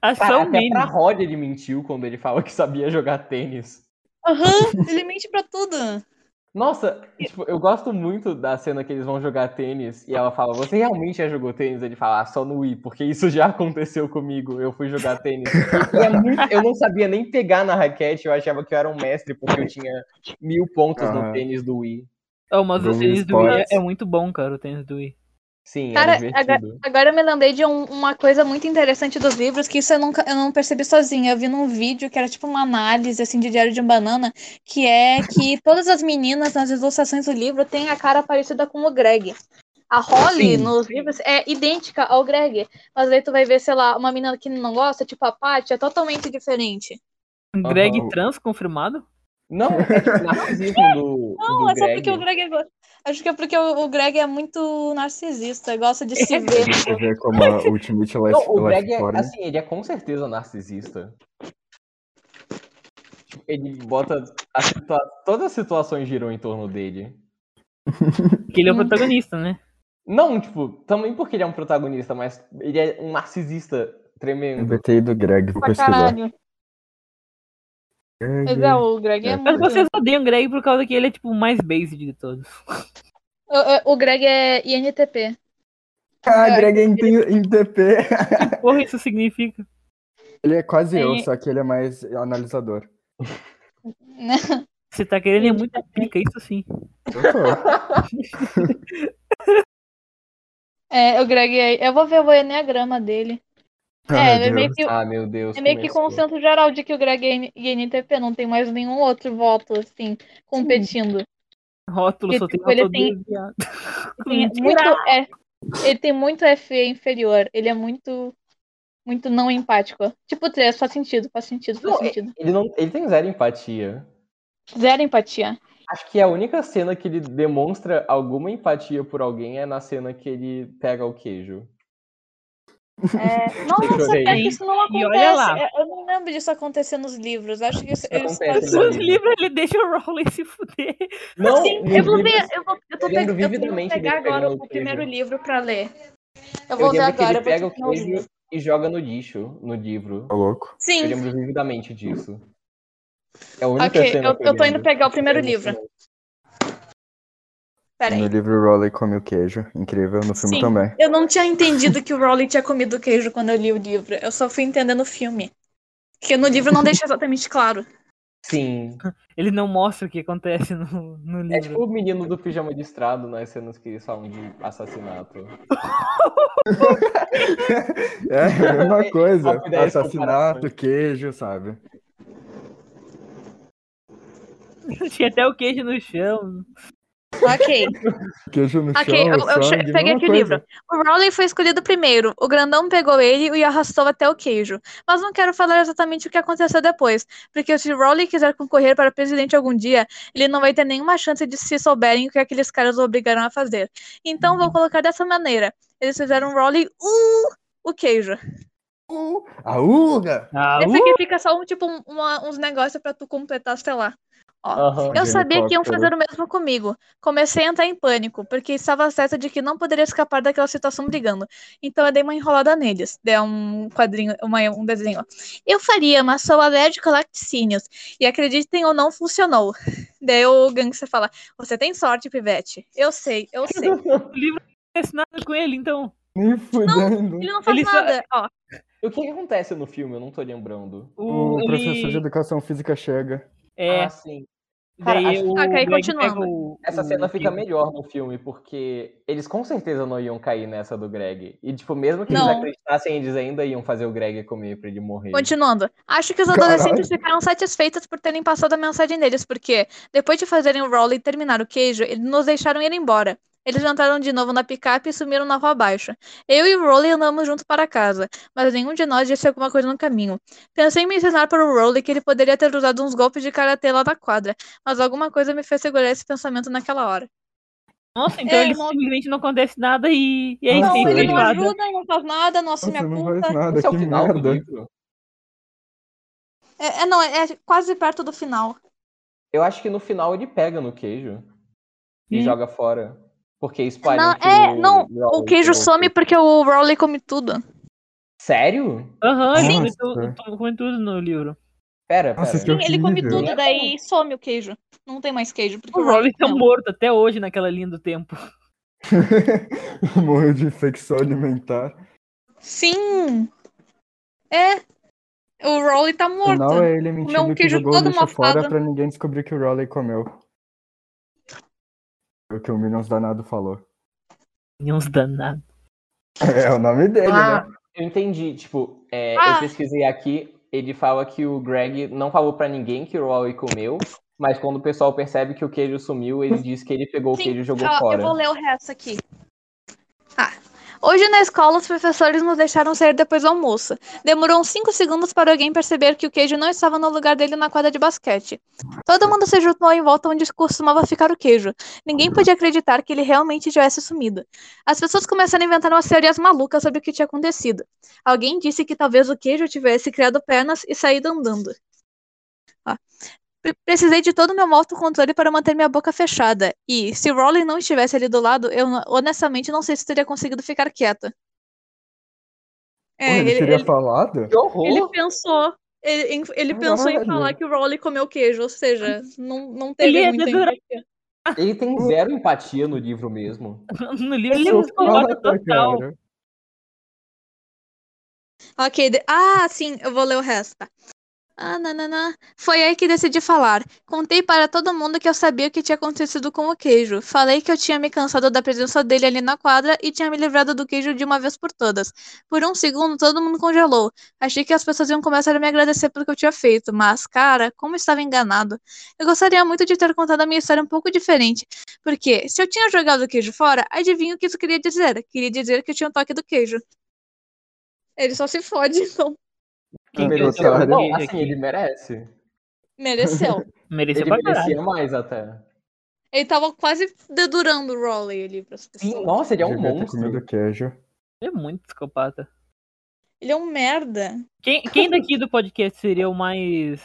Speaker 2: Acho
Speaker 3: Cara,
Speaker 2: É só um o
Speaker 3: até pra
Speaker 2: mínimo.
Speaker 3: Rod ele mentiu quando ele falou que sabia jogar tênis.
Speaker 1: Aham, ele mente pra tudo.
Speaker 3: Nossa, tipo, eu gosto muito da cena que eles vão jogar tênis e ela fala: Você realmente já jogou tênis? Ele fala: ah, Só no Wii, porque isso já aconteceu comigo. Eu fui jogar tênis. E é muito- eu não sabia nem pegar na raquete, eu achava que eu era um mestre porque eu tinha mil pontos no
Speaker 4: Aham.
Speaker 3: tênis do Wii.
Speaker 2: Oh, mas o
Speaker 4: Bom
Speaker 2: tênis do é Wii
Speaker 4: esporte.
Speaker 2: é muito bom, cara, o tênis do Wii.
Speaker 3: Sim,
Speaker 1: Cara,
Speaker 3: era
Speaker 1: agora,
Speaker 3: divertido.
Speaker 1: agora eu me lembrei de um- uma coisa muito interessante dos livros, que isso eu, nunca, eu não percebi sozinha. Eu vi num vídeo que era tipo uma análise assim de Diário de um Banana, que é que todas as meninas nas ilustrações do livro têm a cara parecida com o Greg. A Holly
Speaker 3: Sim.
Speaker 1: nos livros é idêntica ao Greg, mas aí tu vai ver, sei lá, uma menina que não gosta, tipo a Paty, é totalmente diferente.
Speaker 2: Um Greg
Speaker 3: Aham.
Speaker 2: trans confirmado?
Speaker 3: Não, é que o narcisismo do,
Speaker 1: Não,
Speaker 3: do
Speaker 1: é só
Speaker 3: Greg.
Speaker 1: porque o Greg é... go- Acho que é porque o o Greg é muito narcisista, gosta de se ver.
Speaker 4: Você vê como a Ultimate Life,
Speaker 3: Não, o
Speaker 4: Life
Speaker 3: Greg é,
Speaker 4: Form.
Speaker 3: assim, ele é com certeza narcisista. Tipo, Ele bota. a situa- Todas as situações giram em torno dele.
Speaker 2: Que ele é o
Speaker 1: Hum.
Speaker 2: protagonista, né?
Speaker 3: Não, tipo, também porque ele é um protagonista, mas ele é um narcisista tremendo.
Speaker 4: MBTI do Greg, vou
Speaker 1: Pra
Speaker 4: pesquisar.
Speaker 1: caralho.
Speaker 4: Greg.
Speaker 1: Mas é, o Greg é,
Speaker 4: É.
Speaker 2: Mas
Speaker 1: muito.
Speaker 2: vocês odeiam o Greg por causa que ele é, tipo, o mais basic de todos.
Speaker 1: O, o- o Greg é INTP.
Speaker 4: Ah, Greg é em, em TP.
Speaker 2: Porra, isso significa.
Speaker 4: Ele é quase eu,
Speaker 1: É.
Speaker 4: só que ele é mais analisador.
Speaker 2: Você tá querendo é muita pica, isso sim.
Speaker 4: Eu tô.
Speaker 1: É, o Greg é. Eu vou ver o Enneagrama dele.
Speaker 4: Ai,
Speaker 1: é, é meio
Speaker 4: Deus.
Speaker 1: que,
Speaker 3: Ah, meu Deus.
Speaker 1: é meio que
Speaker 3: começou.
Speaker 1: consenso geral de que o Greg é IN- INTP, não tem mais nenhum outro voto, assim, competindo.
Speaker 2: Rótulo,
Speaker 1: E,
Speaker 2: só tem
Speaker 1: tipo, ele
Speaker 2: rótulo
Speaker 1: tem-
Speaker 2: de viado.
Speaker 1: Tem
Speaker 2: Mentira.
Speaker 1: muito F, ele tem muito FE inferior. Ele é muito. Muito não empático. Tipo 3, faz sentido, faz sentido, faz
Speaker 3: Não, é-
Speaker 1: sentido.
Speaker 3: Ele, não, ele tem zero empatia.
Speaker 1: Zero empatia.
Speaker 3: Acho que a única cena que ele demonstra alguma empatia por alguém é na cena que ele pega o queijo.
Speaker 1: É... Nossa,
Speaker 3: Chorei.
Speaker 1: pior que isso não
Speaker 2: E
Speaker 1: acontece.
Speaker 2: olha lá.
Speaker 1: Eu- Eu não lembro disso acontecer nos livros. Acho que isso,
Speaker 3: Acontece,
Speaker 1: isso-
Speaker 3: né?
Speaker 2: Nos livros ele deixa o Rowling se fuder.
Speaker 3: Não,
Speaker 1: Sim,
Speaker 3: nos
Speaker 1: eu vou
Speaker 3: livros-
Speaker 1: ver, eu vou, eu tô
Speaker 3: eu lembro
Speaker 1: pegando, eu vou
Speaker 3: vividamente
Speaker 1: pegar
Speaker 3: dele pegando
Speaker 1: agora
Speaker 3: o
Speaker 1: o
Speaker 3: queijo.
Speaker 1: primeiro livro pra ler. Eu
Speaker 3: Eu
Speaker 1: vou ver
Speaker 3: lembro que
Speaker 1: agora,
Speaker 3: ele
Speaker 1: eu vou
Speaker 3: pega o
Speaker 1: continuar ouvindo.
Speaker 3: queijo e joga no lixo, no livro.
Speaker 4: Tô louco.
Speaker 1: Sim,
Speaker 3: Eu lembro vividamente disso. É a única
Speaker 1: ok,
Speaker 3: cena
Speaker 1: eu,
Speaker 3: que
Speaker 1: eu tô indo
Speaker 3: lembro.
Speaker 1: pegar o primeiro
Speaker 3: É
Speaker 1: livro.
Speaker 3: emocionante.
Speaker 1: Pera
Speaker 4: No
Speaker 1: aí.
Speaker 4: livro Rowley come o queijo. Incrível, no filme
Speaker 1: Sim.
Speaker 4: também.
Speaker 1: Eu não tinha entendido que o Rowling tinha comido queijo quando eu li o livro. Eu só fui entender no filme. Porque no livro não deixa exatamente claro.
Speaker 3: Sim.
Speaker 2: Ele não mostra o que acontece no, no
Speaker 3: É
Speaker 2: livro.
Speaker 3: tipo o menino do pijama de estrado nas cenas que eles falam de assassinato.
Speaker 4: É, a mesma coisa.
Speaker 3: Top 10
Speaker 4: Assassinato,
Speaker 3: comparações.
Speaker 4: queijo, sabe?
Speaker 2: Tinha até o queijo no chão.
Speaker 1: Ok,
Speaker 4: Queijo no
Speaker 1: ok,
Speaker 4: chão,
Speaker 1: eu, eu che-
Speaker 4: sangue,
Speaker 1: peguei
Speaker 4: mesma
Speaker 1: aqui o
Speaker 4: coisa.
Speaker 1: livro. O Rowling foi escolhido primeiro. O grandão pegou ele e o arrastou até o queijo. Mas não quero falar exatamente o que aconteceu depois, porque se Rowling quiser concorrer para presidente algum dia, ele não vai ter nenhuma chance de se souberem o que aqueles caras o obrigaram a fazer. Então vou colocar dessa maneira. Eles fizeram Rowling uh, o queijo.
Speaker 4: Uh, A urga!
Speaker 2: Ah,
Speaker 1: Esse
Speaker 2: uh,
Speaker 1: aqui fica só um tipo um- uma- uns negócios para tu completar, sei lá.
Speaker 3: Aham.
Speaker 1: Eu sabia que iam
Speaker 4: helicóptero.
Speaker 2: né?
Speaker 1: fazer o mesmo comigo. Comecei a entrar em pânico, porque estava certa de que não poderia escapar daquela situação brigando. Então eu dei uma enrolada neles. Dei um quadrinho, uma- um desenho. Eu faria, mas sou alérgico a laticínios. E acreditem ou não, funcionou. Daí o gangster fala: Você tem sorte, pivete. Eu sei, eu sei.
Speaker 2: é o livro não acontece nada com ele, então.
Speaker 4: Nem fudendo.
Speaker 1: Ele não faz
Speaker 2: Ele só-
Speaker 1: nada. Ó,
Speaker 3: O que, que acontece no filme? Eu não tô lembrando.
Speaker 2: O,
Speaker 4: O
Speaker 2: ele-
Speaker 4: professor de educação física chega.
Speaker 2: É,
Speaker 3: Ah, sim. cara,
Speaker 2: daí
Speaker 3: acho-
Speaker 2: o
Speaker 1: Ok,
Speaker 2: Greg
Speaker 1: continuando.
Speaker 2: pega o-
Speaker 3: Essa
Speaker 1: Hum,
Speaker 2: o
Speaker 3: cena fica
Speaker 2: queijo.
Speaker 3: melhor no filme, porque eles com certeza não iam cair nessa do Greg. E, tipo, mesmo que
Speaker 1: Não.
Speaker 3: eles acreditassem, eles ainda iam fazer o Greg comer pra ele morrer.
Speaker 1: Continuando, acho que os
Speaker 4: Caralho.
Speaker 1: adolescentes ficaram satisfeitos por terem passado a mensagem deles, porque depois de fazerem o Rowley terminar o queijo, eles nos deixaram ir embora. Eles jantaram de novo na picape e sumiram na rua abaixo. Eu e o Rowley andamos junto para casa, mas nenhum de nós disse alguma coisa no caminho. Pensei em mencionar para o Rowley que ele poderia ter usado uns golpes de karatê lá na quadra, mas alguma coisa me fez segurar esse pensamento naquela hora.
Speaker 2: Nossa, então
Speaker 1: É,
Speaker 2: ele
Speaker 1: não-
Speaker 2: simplesmente não acontece nada e, e é
Speaker 4: Não,
Speaker 2: isso.
Speaker 4: ele
Speaker 2: ele
Speaker 4: não
Speaker 2: guarda.
Speaker 1: não faz nada, nossa,
Speaker 4: Nossa, não faz nada,
Speaker 3: Esse é o
Speaker 4: que
Speaker 3: final do
Speaker 4: merda.
Speaker 3: livro?
Speaker 1: É, é, não, é quase perto do final.
Speaker 4: Tá
Speaker 3: Eu acho que no final ele pega no queijo e
Speaker 2: Hum.
Speaker 3: joga fora. Porque um espalha.
Speaker 1: Não, é, não, O queijo some porque o Rowley come tudo.
Speaker 3: Sério?
Speaker 2: Aham, ele
Speaker 4: Nossa.
Speaker 2: come tu- tu- come tudo no livro.
Speaker 3: Pera, pera.
Speaker 4: Nossa, que
Speaker 1: Sim, ele come
Speaker 4: horrível.
Speaker 1: tudo, daí some o queijo. Não tem mais queijo. Porque
Speaker 2: O Rowling tá
Speaker 1: não.
Speaker 2: morto até hoje naquela linha do tempo.
Speaker 4: Morreu de infecção alimentar.
Speaker 1: Sim! É. O Rowley tá
Speaker 4: No
Speaker 1: morto.
Speaker 4: final é ele mentindo que
Speaker 1: queijo
Speaker 4: jogou o
Speaker 1: todo
Speaker 4: lixo fora
Speaker 1: mofado.
Speaker 4: pra ninguém descobrir que o Rowley comeu. O que o Minions danado falou.
Speaker 2: Uns danados.
Speaker 4: É o nome dele,
Speaker 3: Ah,
Speaker 4: né?
Speaker 3: eu entendi. Tipo, é,
Speaker 1: Ah.
Speaker 3: eu pesquisei aqui, ele fala que o Greg não falou pra ninguém que o Rory comeu, mas quando o pessoal percebe que o queijo sumiu, ele diz que ele pegou o
Speaker 1: Sim,
Speaker 3: queijo e jogou
Speaker 1: Ó,
Speaker 3: fora.
Speaker 1: Eu vou ler o resto aqui. Ah. Hoje na escola, os professores nos deixaram sair depois do almoço. Demorou uns 5 segundos para alguém perceber que o queijo não estava no lugar dele na quadra de basquete. Todo mundo se juntou em volta onde costumava ficar o queijo. Ninguém podia acreditar que ele realmente tivesse sumido. As pessoas começaram a inventar umas teorias malucas sobre o que tinha acontecido. Alguém disse que talvez o queijo tivesse criado pernas e saído andando. Ó. Pre- Precisei de todo o meu autocontrole para manter minha boca fechada. E, se Rowling não estivesse ali do lado, eu n- honestamente não sei se teria conseguido ficar quieta.
Speaker 4: Porra,
Speaker 1: É,
Speaker 4: ele,
Speaker 1: ele,
Speaker 4: teria
Speaker 1: ele-
Speaker 4: falado?
Speaker 3: Que horror!
Speaker 1: ele pensou. Ele, em- ele pensou em
Speaker 4: Caralho.
Speaker 1: falar que o Rowling comeu queijo, ou seja, não, não
Speaker 2: Ele
Speaker 1: teve
Speaker 2: é
Speaker 1: muito
Speaker 2: dedurado.
Speaker 1: empatia.
Speaker 3: Ele tem zero empatia no livro mesmo.
Speaker 2: No
Speaker 3: é
Speaker 2: livro ele
Speaker 3: um
Speaker 4: Sou
Speaker 2: desconcorda
Speaker 4: foda,
Speaker 2: total.
Speaker 4: cara.
Speaker 1: Ok, de- ah, sim, eu vou ler o resto. tá. Ah, nananã. Foi aí que decidi falar. Contei para todo mundo que eu sabia o que tinha acontecido com o queijo. Falei que eu tinha me cansado da presença dele ali na quadra e tinha me livrado do queijo de uma vez por todas. Por um segundo, todo mundo congelou. Achei que as pessoas iam começar a me agradecer pelo que eu tinha feito, mas, cara, como estava enganado. Eu gostaria muito de ter contado a minha história um pouco diferente, porque se eu tinha jogado o queijo fora, adivinha o que isso queria dizer? Queria dizer que eu tinha um toque do queijo. Ele só se fode, então.
Speaker 2: Quem
Speaker 4: Ah,
Speaker 2: mereceu
Speaker 4: cara.
Speaker 2: o
Speaker 3: Bom,
Speaker 2: queijo
Speaker 3: assim,
Speaker 2: aqui? é
Speaker 3: ele merece.
Speaker 1: Mereceu.
Speaker 2: Mereceu
Speaker 3: ele
Speaker 2: pra caralho.
Speaker 3: merecia mais até.
Speaker 1: Ele tava quase dedurando o Rowley ali pras
Speaker 3: Sim,
Speaker 1: pessoas.
Speaker 3: nossa, ele é um
Speaker 4: Devia ter
Speaker 3: monstro.
Speaker 4: comido queijo.
Speaker 2: Ele é muito psicopata.
Speaker 1: Ele é um merda.
Speaker 2: Quem, quem daqui do podcast seria o mais.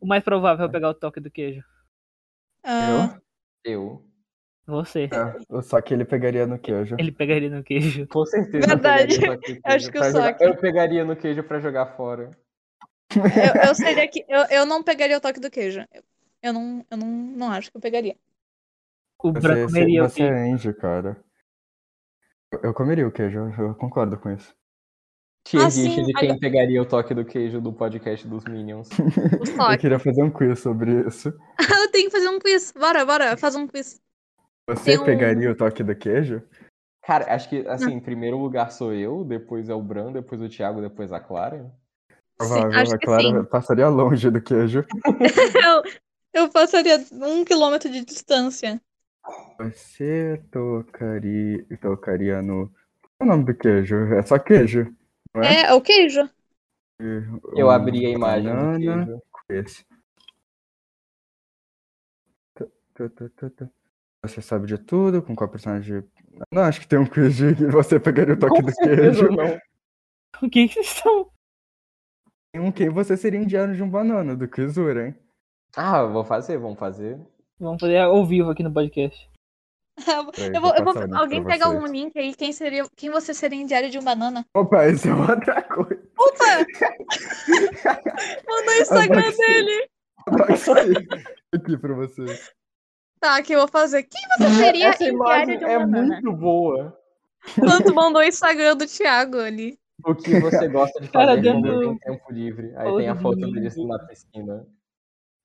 Speaker 2: O mais provável a pegar o toque do queijo?
Speaker 1: Ah,
Speaker 3: Eu.
Speaker 2: Você.
Speaker 4: É, só que ele pegaria no queijo.
Speaker 2: Ele pegaria no queijo.
Speaker 3: Com certeza.
Speaker 1: Verdade.
Speaker 3: eu pegaria no queijo
Speaker 1: Acho que eu
Speaker 3: pra
Speaker 1: sou
Speaker 3: jogar-
Speaker 1: aqui.
Speaker 3: Eu pegaria no queijo pra jogar fora.
Speaker 1: eu, eu seria que. Eu, eu não pegaria o toque do queijo. Eu, eu não, eu não, não acho que eu pegaria.
Speaker 2: O
Speaker 4: Você,
Speaker 2: branco
Speaker 4: você,
Speaker 2: comeria o
Speaker 4: você
Speaker 2: queijo.
Speaker 4: é anjo, cara. Eu- Eu comeria o queijo, eu concordo com isso.
Speaker 3: Tier
Speaker 1: Ah, sim,
Speaker 3: list de
Speaker 1: olha-
Speaker 3: quem pegaria o toque do queijo do podcast dos Minions.
Speaker 1: O
Speaker 4: Eu
Speaker 1: toque.
Speaker 4: queria fazer um quiz sobre isso.
Speaker 1: eu tenho que fazer um quiz. Bora, bora, faz um quiz.
Speaker 4: Você
Speaker 1: Tem um-
Speaker 4: pegaria o toque do queijo?
Speaker 3: Cara, acho
Speaker 1: Ah.
Speaker 3: que, assim, em primeiro lugar sou eu, depois é o Bran, depois o Thiago, depois a Clara.
Speaker 4: Provável,
Speaker 1: acho
Speaker 4: a
Speaker 1: que
Speaker 4: Clara
Speaker 1: sim.
Speaker 4: passaria longe do queijo.
Speaker 1: Eu, eu passaria um quilômetro de distância.
Speaker 4: Você tocaria, tocaria no. Qual é o nome do queijo? É só queijo. Não
Speaker 1: É,
Speaker 4: é?
Speaker 1: é o queijo?
Speaker 3: Eu
Speaker 4: Um
Speaker 3: abri a imagem do
Speaker 4: banana
Speaker 3: queijo.
Speaker 4: com esse. Tu, tu, tu, tu, tu. Você sabe de tudo, com qual personagem. Não, acho que tem um quiz de que você pegaria o toque
Speaker 3: Com
Speaker 4: do
Speaker 3: certeza
Speaker 4: queijo.
Speaker 3: não.
Speaker 2: O que que vocês estão?
Speaker 4: Tem um quem você seria indiano de um banana, do Quizura, hein?
Speaker 3: Ah, eu vou fazer, vamos fazer.
Speaker 2: Vamos fazer ao vivo aqui no podcast.
Speaker 4: Peraí,
Speaker 1: Eu vou, eu vou,
Speaker 4: passar o link pra
Speaker 1: alguém pega
Speaker 4: vocês.
Speaker 1: um link aí, quem seria. Quem você seria em diário de um banana?
Speaker 4: Opa, isso é outra coisa.
Speaker 1: Manda o Instagram
Speaker 4: Alexa.
Speaker 1: dele!
Speaker 4: Vai sair aqui pra vocês.
Speaker 1: Tá, que eu vou fazer. Quem você seria
Speaker 3: Essa
Speaker 1: em diário
Speaker 3: imagem
Speaker 1: de um
Speaker 3: é
Speaker 1: banana?
Speaker 3: muito boa.
Speaker 1: Quanto mandou o Instagram do Thiago ali.
Speaker 3: O que você gosta de
Speaker 2: Cara,
Speaker 3: fazer quando
Speaker 2: dando-
Speaker 3: tem tempo livre? Aí
Speaker 2: Todo
Speaker 3: tem a foto
Speaker 2: domingo.
Speaker 3: dele na piscina.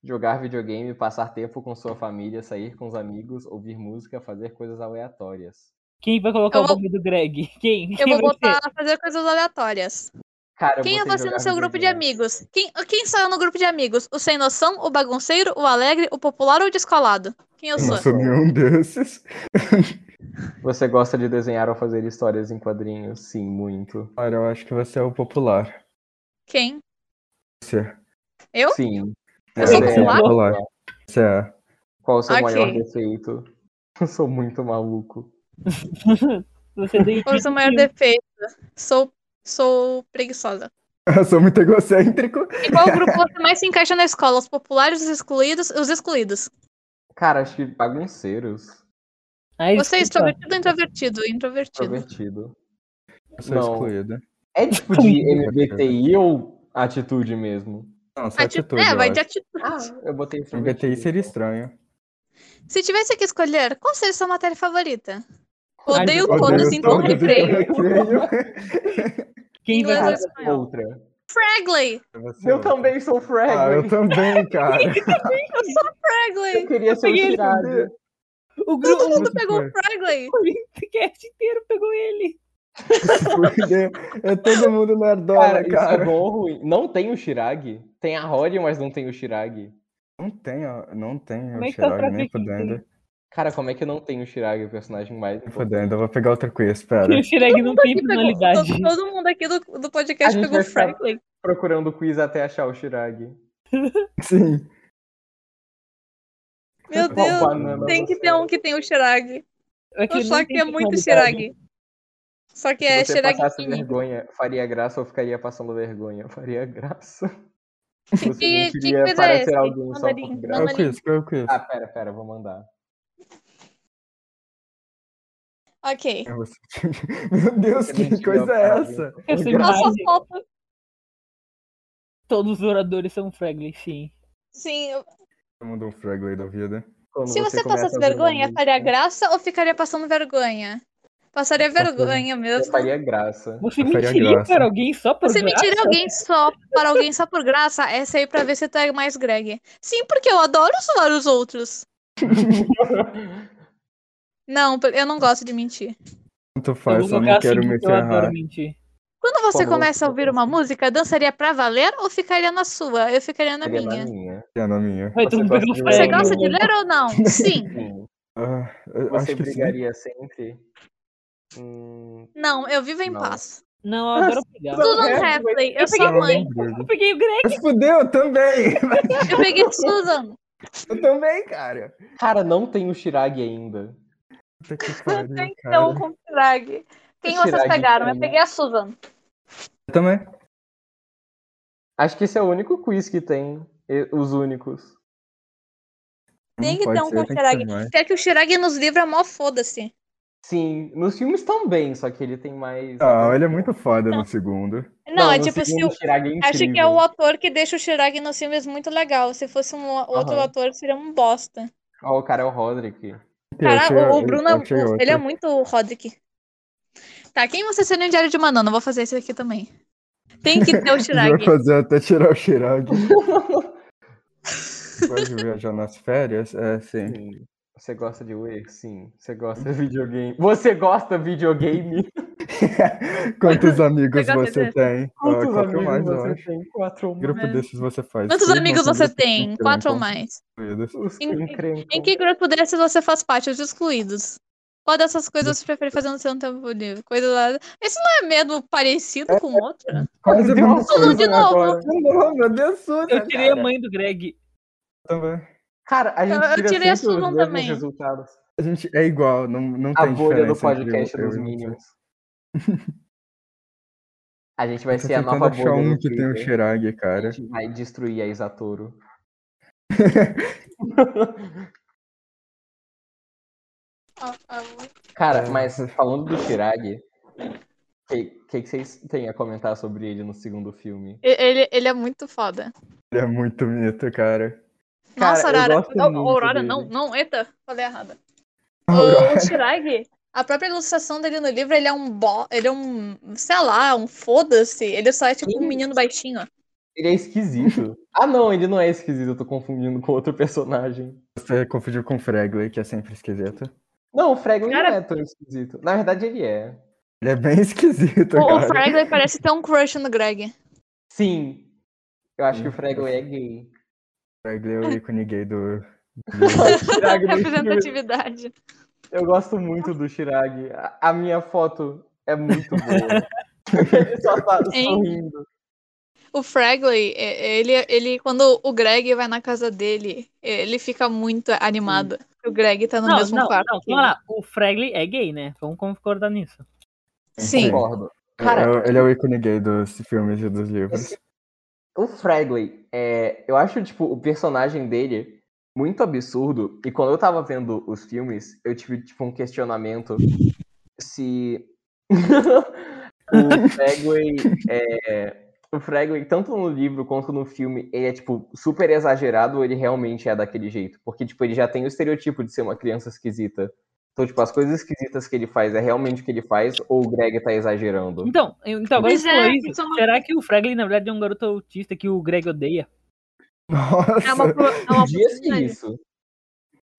Speaker 3: Jogar videogame, passar tempo com sua família, sair com os amigos, ouvir música, fazer coisas aleatórias.
Speaker 2: Quem vai colocar
Speaker 1: Eu
Speaker 2: o
Speaker 1: vou-
Speaker 2: nome do Greg? Quem?
Speaker 1: Eu
Speaker 2: Quem
Speaker 1: vou
Speaker 2: vai ser?
Speaker 1: botar fazer coisas aleatórias.
Speaker 3: Cara, eu
Speaker 1: Quem é
Speaker 3: botei
Speaker 1: você no
Speaker 3: jogar
Speaker 1: seu grupo de
Speaker 3: videogame.
Speaker 1: amigos? Quem, quem sou eu no grupo de amigos? O sem noção, o bagunceiro, o alegre, o popular ou o descolado? Quem eu sou?
Speaker 4: Nossa, nenhum desses.
Speaker 3: Você gosta de desenhar ou fazer histórias em quadrinhos? Sim, muito.
Speaker 4: Cara, eu acho que você é o popular.
Speaker 1: Quem?
Speaker 4: Você.
Speaker 1: Eu?
Speaker 3: Sim.
Speaker 1: Eu sou
Speaker 4: Você é o
Speaker 1: popular?
Speaker 4: Você é.
Speaker 3: Qual o seu
Speaker 1: Ok.
Speaker 3: maior defeito? Eu sou muito maluco.
Speaker 2: Você tem
Speaker 1: Qual é o seu maior defeito? Sou, sou preguiçosa.
Speaker 4: Eu sou muito egocêntrico.
Speaker 1: E qual grupo você mais se encaixa na escola? Os populares, os excluídos, os excluídos.
Speaker 3: Cara, acho que bagunceiros.
Speaker 2: Aí,
Speaker 1: Você é
Speaker 2: Ah, escuta,
Speaker 1: extrovertido ou introvertido? Introvertido.
Speaker 3: Introvertido.
Speaker 4: Eu sou
Speaker 3: Não.
Speaker 4: excluída.
Speaker 3: É tipo de MBTI ou atitude mesmo?
Speaker 4: Não, só
Speaker 1: Ati-
Speaker 4: atitude.
Speaker 1: é,
Speaker 4: eu
Speaker 1: vai de
Speaker 4: acho.
Speaker 1: atitude.
Speaker 3: Ah, eu botei
Speaker 4: MBTI
Speaker 3: introvertido.
Speaker 4: seria estranho.
Speaker 1: Se tivesse que escolher, qual seria sua matéria favorita?
Speaker 2: Ai,
Speaker 1: Odeio
Speaker 2: eu odeio
Speaker 1: todos, então
Speaker 4: todos,
Speaker 1: recreio.
Speaker 4: recreio.
Speaker 2: Quem vai
Speaker 1: Inglês
Speaker 3: Cara,
Speaker 2: colocar?
Speaker 1: ou espanhol?
Speaker 3: outra.
Speaker 1: Fragley!
Speaker 4: Você é
Speaker 3: Eu
Speaker 4: outra.
Speaker 3: também sou
Speaker 4: Ah,
Speaker 3: Fragley.
Speaker 4: eu também, cara.
Speaker 1: Eu sou Fragley!
Speaker 3: Eu queria ser o
Speaker 2: peguei ele
Speaker 3: Tirado.
Speaker 2: O
Speaker 1: Todo
Speaker 2: grupo
Speaker 1: mundo
Speaker 4: Puta que
Speaker 1: pegou o
Speaker 4: pariu.
Speaker 1: Fragley.
Speaker 2: o cast inteiro pegou ele.
Speaker 4: Fuder, É todo mundo nerdola,
Speaker 3: Cara,
Speaker 4: cara.
Speaker 3: isso é bom ou ruim? Não tem o Shirag. Tem a Rory, mas não tem o Shirag.
Speaker 4: Não tem, ó, não tem
Speaker 2: Como
Speaker 4: o
Speaker 2: é que tá pra
Speaker 4: Xirog, nem
Speaker 2: ver quem tem?
Speaker 4: fudendo.
Speaker 3: Cara, como é que não tem o Shirag, o personagem mais
Speaker 4: Nem
Speaker 3: importante?
Speaker 4: Fudendo, eu vou pegar outra coisa, espera.
Speaker 2: E o Shrek É
Speaker 1: Todo
Speaker 2: não tem
Speaker 1: mundo aqui
Speaker 2: personalidade.
Speaker 1: pegou- todo, todo mundo aqui do, do
Speaker 3: A
Speaker 1: podcast
Speaker 3: gente
Speaker 1: pegou o
Speaker 3: vai ficar-
Speaker 1: Franklin.
Speaker 3: Procurando o quiz até achar o Shirag.
Speaker 4: Sim.
Speaker 1: Meu
Speaker 3: Qual
Speaker 1: Deus,
Speaker 3: banana
Speaker 1: tem
Speaker 3: você
Speaker 1: que ter um que tem o Shirag.
Speaker 2: Aquele não
Speaker 1: Só que
Speaker 2: tem
Speaker 1: é muito
Speaker 2: personalidade.
Speaker 1: Shirag. Só que
Speaker 3: Se
Speaker 1: é
Speaker 3: você
Speaker 1: Shirag
Speaker 3: passasse
Speaker 1: pequenininho.
Speaker 3: vergonha, faria graça ou ficaria passando vergonha? Faria graça.
Speaker 1: Que-
Speaker 3: Você não
Speaker 1: que
Speaker 3: queria
Speaker 1: coisa é
Speaker 3: parecer
Speaker 1: essa?
Speaker 3: alguém só
Speaker 1: Mandarim,
Speaker 3: por graça.
Speaker 4: Qual é o quiz? Qual é o quiz?
Speaker 3: Ah, pera, pera, vou mandar.
Speaker 1: Ok.
Speaker 4: É você. Meu Deus,
Speaker 3: Você mentiu,
Speaker 4: que coisa é
Speaker 3: cara.
Speaker 4: essa?
Speaker 1: Nossa,
Speaker 2: Essa imagem,
Speaker 1: foto.
Speaker 2: todos os oradores são Fragley, sim.
Speaker 1: Sim. eu-
Speaker 4: Todo mundo um frag aí da vida.
Speaker 3: Quando
Speaker 1: Se você
Speaker 3: começa
Speaker 1: passasse
Speaker 3: a ver uma
Speaker 1: vergonha,
Speaker 3: música,
Speaker 1: faria graça ou ficaria passando vergonha? Passaria vergonha
Speaker 3: Eu
Speaker 1: mesmo.
Speaker 3: faria graça.
Speaker 2: Você
Speaker 4: Eu faria
Speaker 2: mentiria
Speaker 4: é graça.
Speaker 2: para alguém só por
Speaker 1: Você
Speaker 2: graça?
Speaker 1: mentir alguém só para alguém só por graça? Essa aí pra ver se tu é mais Greg. Sim, porque eu adoro zoar os outros. Não, eu não gosto de mentir.
Speaker 4: Tanto
Speaker 2: Eu
Speaker 4: faz,
Speaker 2: vou
Speaker 4: só
Speaker 2: jogar
Speaker 4: não quero
Speaker 2: assim
Speaker 4: me
Speaker 2: porque eu adoro
Speaker 4: ferrar.
Speaker 2: mentir.
Speaker 1: Quando você
Speaker 3: Famoso,
Speaker 1: começa a ouvir uma música, dançaria pra valer ou ficaria na sua? Eu ficaria na
Speaker 3: Faria na
Speaker 1: minha.
Speaker 3: minha.
Speaker 4: É na minha.
Speaker 2: Vai, um todo
Speaker 3: Você
Speaker 2: mundo
Speaker 3: gosta
Speaker 2: pegou
Speaker 3: de
Speaker 1: Você
Speaker 3: É,
Speaker 2: Fragley.
Speaker 1: gosta de
Speaker 3: eu-
Speaker 1: ler ou não? Sim.
Speaker 3: Sim.
Speaker 4: Ah, eu
Speaker 3: Você
Speaker 4: acho que sim.
Speaker 3: brigaria sempre? Hum,
Speaker 1: Não, eu vivo em
Speaker 3: Não.
Speaker 1: paz.
Speaker 2: Não, eu adoro pegar.
Speaker 3: Não,
Speaker 1: Susan
Speaker 3: é,
Speaker 1: Hathaway, eu
Speaker 2: eu
Speaker 1: sou a
Speaker 2: peguei
Speaker 1: mãe.
Speaker 2: Eu peguei o Greg.
Speaker 4: Ah, Mas fudeu, eu também!
Speaker 1: Eu peguei Susan.
Speaker 4: Eu também, cara!
Speaker 3: Cara, não tem o Shirag ainda.
Speaker 4: Puta que pariu,
Speaker 1: Então,
Speaker 4: é, cara.
Speaker 1: com o Drag. Quem
Speaker 3: O
Speaker 1: vocês
Speaker 3: Drag
Speaker 1: pegaram? Eu
Speaker 3: tem-
Speaker 1: peguei a Susan.
Speaker 4: Eu também.
Speaker 3: Acho que esse é o único quiz que tem. e- Os únicos.
Speaker 1: Tem
Speaker 4: Não
Speaker 1: que
Speaker 4: pode
Speaker 1: ter um
Speaker 4: ser, tem que ter
Speaker 1: Cocherag.
Speaker 4: mais.
Speaker 1: Pior que o Shirag nos livros é mó foda-se.
Speaker 3: Sim, nos filmes também, só que ele tem mais.
Speaker 4: Ah, ele é muito foda no segundo.
Speaker 1: Não, é
Speaker 3: no
Speaker 1: tipo se
Speaker 3: segundo,
Speaker 1: o.
Speaker 3: Shirag é
Speaker 1: Acho que é
Speaker 3: incrível.
Speaker 1: o ator que deixa o Shirag nos filmes muito legal. Se fosse um o- outro
Speaker 3: Aham.
Speaker 1: ator, seria um bosta.
Speaker 3: Ó, o cara é o Roderick.
Speaker 1: Cara,
Speaker 4: Achei-
Speaker 1: o, o
Speaker 4: eu
Speaker 1: Bruno,
Speaker 4: achei
Speaker 1: o- ele é
Speaker 4: outro.
Speaker 1: muito o Roderick. Tá, quem você seria no Diário de Manana? Eu Vou fazer esse aqui também. Tem que ter o
Speaker 4: Vai
Speaker 1: Shirag.
Speaker 4: fazer até tirar o Chirag. Pode viajar nas férias? É, sim. Hum.
Speaker 3: Sim. Você gosta de Wii? Sim. Você gosta de videogame? Você gosta de videogame?
Speaker 4: Ah, Quantos amigos
Speaker 1: Pegar
Speaker 4: você
Speaker 1: certeza.
Speaker 4: tem?
Speaker 3: Quantos
Speaker 4: Ah, quatro
Speaker 3: amigos
Speaker 4: mais, eu
Speaker 3: você
Speaker 4: acho.
Speaker 3: tem? Quatro ou mais.
Speaker 4: Grupo desses você faz.
Speaker 1: Quantos
Speaker 4: Sim,
Speaker 1: amigos
Speaker 4: não
Speaker 1: você
Speaker 4: grupos que
Speaker 1: tem?
Speaker 4: encrencam.
Speaker 1: Quatro ou mais.
Speaker 3: Os que
Speaker 1: Em-
Speaker 3: encrencam.
Speaker 1: Em que grupo desses você faz parte? Os excluídos. Qual dessas coisas você prefere fazer no seu tempo livre? Coisa lá... Isso não é mesmo parecido com outra?
Speaker 4: Quase a
Speaker 3: Deu
Speaker 4: mesma
Speaker 1: Tudo
Speaker 4: coisa.
Speaker 1: de novo.
Speaker 3: agora.
Speaker 4: Não, meu Deus, Susan,
Speaker 2: Eu tirei a
Speaker 4: cara.
Speaker 2: mãe do Greg.
Speaker 4: Também.
Speaker 3: Cara, a gente
Speaker 1: Eu- eu
Speaker 3: tira
Speaker 1: tirei a
Speaker 3: sempre os
Speaker 1: Susan
Speaker 3: mesmos
Speaker 1: também.
Speaker 3: resultados.
Speaker 4: A gente é igual, não, não
Speaker 3: A
Speaker 4: tem
Speaker 3: bolha do
Speaker 4: diferença entre
Speaker 3: podcast é
Speaker 4: eu- eu
Speaker 3: dos
Speaker 4: e você.
Speaker 3: Minions. A gente vai
Speaker 4: Eu tô
Speaker 3: ser a
Speaker 4: tentando
Speaker 3: nova
Speaker 4: achar
Speaker 3: bolha
Speaker 4: um
Speaker 3: do
Speaker 4: que tem o
Speaker 3: Twitter.
Speaker 4: Chirag,
Speaker 3: A
Speaker 4: cara.
Speaker 3: gente vai destruir a Isatoro.
Speaker 4: É.
Speaker 3: Cara, mas falando do Shirag, o que, que, que vocês têm a comentar sobre ele no segundo filme?
Speaker 1: E- Ele, ele é muito foda.
Speaker 4: Ele é muito mito, cara.
Speaker 3: Cara,
Speaker 1: Nossa,
Speaker 3: eu
Speaker 1: Aurora.
Speaker 3: gosto
Speaker 1: Não,
Speaker 3: muito
Speaker 1: Aurora,
Speaker 3: dele.
Speaker 1: não, não, eita, falei errada.
Speaker 4: Aurora.
Speaker 1: O, o Shirag, a própria ilustração dele no livro, ele é um bo... ele é um, sei lá, um foda-se. Ele só é tipo um
Speaker 3: Sim.
Speaker 1: menino baixinho.
Speaker 3: Ele é esquisito. ah, não, ele não é esquisito, eu tô confundindo com outro personagem.
Speaker 4: Você confundiu com o Fregley, que é sempre esquisito.
Speaker 3: Não, o Fregley
Speaker 1: Cara-
Speaker 3: não é tão esquisito. Na verdade, ele é.
Speaker 4: Ele é bem esquisito,
Speaker 3: Tá
Speaker 1: O, o
Speaker 4: cara.
Speaker 1: Fragley parece ter um crush no Greg.
Speaker 3: Sim. Eu acho que o Fregley é gay.
Speaker 4: Fregley é o ícone gay do...
Speaker 3: Shirag no filme
Speaker 1: Representatividade.
Speaker 3: Eu gosto muito do Shirag. A- A minha foto é muito boa. Ele só tá
Speaker 1: Hein?
Speaker 3: sorrindo.
Speaker 1: O Fragley, é- ele, ele, quando o Greg vai na casa dele, é, ele fica muito animado. O Greg tá no
Speaker 2: Não,
Speaker 1: mesmo
Speaker 2: não,
Speaker 1: quarto.
Speaker 2: não,
Speaker 1: que
Speaker 2: vamos
Speaker 1: ele.
Speaker 2: lá. O Fragley é gay, né? Vamos concordar nisso.
Speaker 1: Sim.
Speaker 3: Concordo. Cara,
Speaker 4: É o- ele é o ícone gay dos filmes e dos livros.
Speaker 3: o Fragley, é, eu acho, tipo, o personagem dele muito absurdo. E quando eu tava vendo os filmes, eu tive, tipo, um questionamento se o Fragley é, O Fragley, tanto no livro quanto no filme, ele é, tipo, super exagerado ou ele realmente é daquele jeito? Porque, tipo, ele já tem o estereotipo de ser uma criança esquisita. Então, tipo, as coisas esquisitas que ele faz é realmente o que ele faz ou o Greg tá exagerando?
Speaker 2: Então, eu- então agora
Speaker 1: Mas
Speaker 2: você falou
Speaker 1: é,
Speaker 2: isso.
Speaker 1: isso é uma-
Speaker 2: Será que o Fragley, na verdade, é um garoto autista que o Greg odeia?
Speaker 4: Nossa!
Speaker 1: É uma, pro- é uma
Speaker 3: Dias que
Speaker 1: possibilidade.
Speaker 3: isso.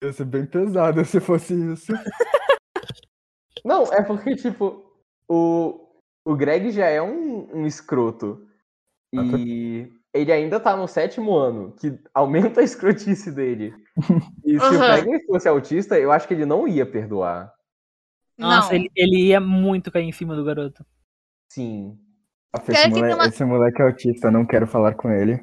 Speaker 4: Ia ser bem pesado se fosse isso.
Speaker 3: Não, é porque, tipo, o, o Greg já é um, um escroto. E ele ainda tá no sétimo ano, que aumenta a escrotice dele. E se o
Speaker 1: Aham.
Speaker 3: Greg fosse autista, eu acho que ele não ia perdoar.
Speaker 1: Não.
Speaker 2: Nossa, ele, ele ia muito cair em cima do garoto.
Speaker 3: Sim.
Speaker 4: Nossa,
Speaker 1: Pior
Speaker 4: Ah, esse,
Speaker 1: que tem
Speaker 4: moleque,
Speaker 1: uma-
Speaker 4: esse moleque é autista, não quero falar com ele.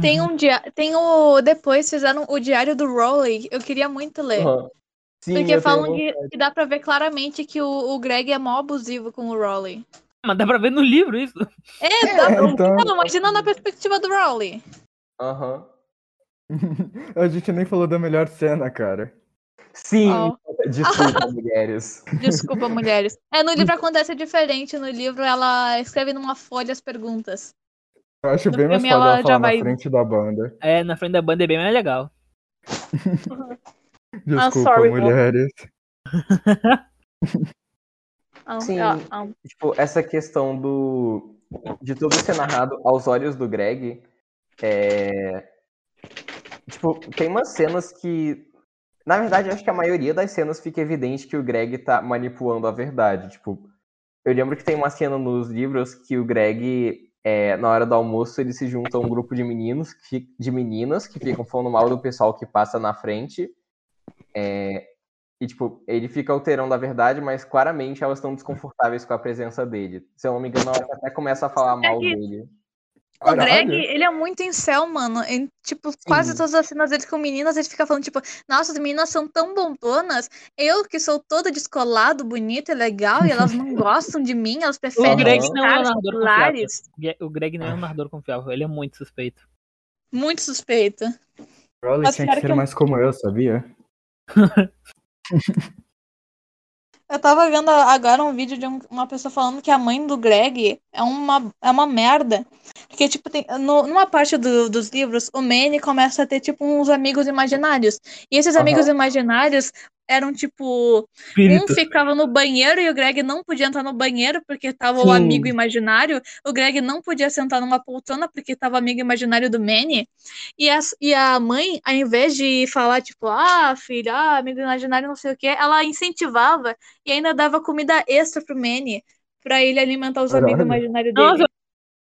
Speaker 1: Tem
Speaker 3: Uhum.
Speaker 1: um dia, tem o depois fizeram o diário do Rowley, eu queria muito ler.
Speaker 3: Aham. Sim,
Speaker 1: É. Porque
Speaker 3: eu
Speaker 1: falam
Speaker 3: tenho- um-
Speaker 1: que, que dá pra ver claramente que o, o Greg é mó abusivo com o Rowley.
Speaker 2: Mas dá pra ver no livro isso.
Speaker 1: É, dá pra...
Speaker 4: então-
Speaker 1: Não, imagina na perspectiva do Rowley.
Speaker 3: Aham.
Speaker 4: A gente nem falou da melhor cena, cara.
Speaker 3: Sim,
Speaker 1: Ó,
Speaker 3: desculpa, mulheres.
Speaker 1: desculpa, mulheres. É, no
Speaker 3: Uhum.
Speaker 1: livro acontece diferente. No livro ela escreve numa folha as perguntas.
Speaker 4: Eu acho
Speaker 1: No
Speaker 4: bem mais
Speaker 1: filme
Speaker 4: foda
Speaker 1: ela
Speaker 4: ela
Speaker 1: já
Speaker 4: falar
Speaker 1: vai-
Speaker 4: na frente da banda.
Speaker 2: É, na frente da banda é bem mais legal.
Speaker 4: Desculpa,
Speaker 1: Ah, sorry, bro.
Speaker 4: mulheres.
Speaker 1: Ah,
Speaker 3: Sim.
Speaker 1: ah, ah.
Speaker 3: Tipo, essa questão do de tudo ser narrado aos olhos do Greg é tipo, tem umas cenas que na verdade acho que a maioria das cenas fica evidente que o Greg tá manipulando a verdade, tipo, eu lembro que tem uma cena nos livros que o Greg é, na hora do almoço ele se junta a um grupo de meninos que, de meninas que ficam falando mal do pessoal que passa na frente e, tipo, ele fica alterando a verdade, mas claramente elas estão desconfortáveis com a presença dele. Se eu não me engano, elas até começam a falar mal
Speaker 1: que-
Speaker 3: dele.
Speaker 1: O Greg,
Speaker 4: Caralho.
Speaker 1: ele é muito incel, mano. Em, tipo, quase todas as cenas dele com meninas, ele fica falando, tipo, nossa, as meninas são tão bondonas. Eu que sou todo descolado, bonito e legal, e elas não gostam de mim, elas preferem
Speaker 3: Greg
Speaker 1: os
Speaker 2: não é um
Speaker 1: caras
Speaker 2: narrador
Speaker 1: populares.
Speaker 2: O Greg
Speaker 4: Ah.
Speaker 2: não é um narrador confiável, ele é muito suspeito.
Speaker 1: Muito suspeita.
Speaker 4: Rowley
Speaker 1: Mas
Speaker 4: tinha
Speaker 1: pior
Speaker 4: que ser
Speaker 1: que eu-
Speaker 4: mais como eu, sabia?
Speaker 1: Eu tava vendo a- agora um vídeo de um- uma pessoa falando que a mãe do Greg é uma, é uma merda. Porque, tipo, tem, no- numa parte do- dos livros, o Manny começa a ter, tipo, uns amigos imaginários. E esses
Speaker 3: Aham.
Speaker 1: amigos imaginários eram, tipo, um
Speaker 2: Espírito.
Speaker 1: ficava no banheiro e o Greg não podia entrar no banheiro porque tava o
Speaker 3: Sim.
Speaker 1: amigo imaginário. O Greg não podia sentar numa poltrona porque tava o amigo imaginário do Manny. E a, e a mãe, ao invés de falar, tipo, ah, filha, ah, amigo imaginário, não sei o quê, ela incentivava e ainda dava comida extra pro Manny pra ele alimentar os
Speaker 4: Caralho.
Speaker 1: amigos imaginários dele.
Speaker 2: Nossa,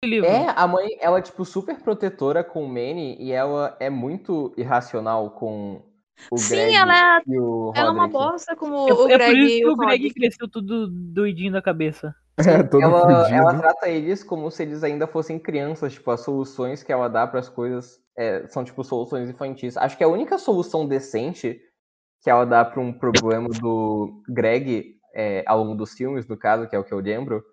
Speaker 2: o livro.
Speaker 3: É,
Speaker 1: Uhum.
Speaker 3: a mãe, ela é, tipo, super protetora com o Manny e ela é muito irracional com o
Speaker 1: Sim,
Speaker 3: Greg
Speaker 1: ela é-
Speaker 3: e o
Speaker 1: ela é uma
Speaker 3: Roderick.
Speaker 1: bosta como
Speaker 2: É,
Speaker 1: o
Speaker 2: é por
Speaker 1: Greg
Speaker 2: isso
Speaker 1: e
Speaker 2: que
Speaker 1: o
Speaker 2: o Greg
Speaker 1: Roderick.
Speaker 2: cresceu tudo doidinho da cabeça.
Speaker 4: É, todo
Speaker 3: Ela,
Speaker 4: fudido.
Speaker 3: ela trata eles como se eles ainda fossem crianças, tipo, as soluções que ela dá para as coisas é, são, tipo, soluções infantis. Acho que a única solução decente que ela dá para um problema do Greg, é, ao longo dos filmes, no caso, que é o que eu lembro,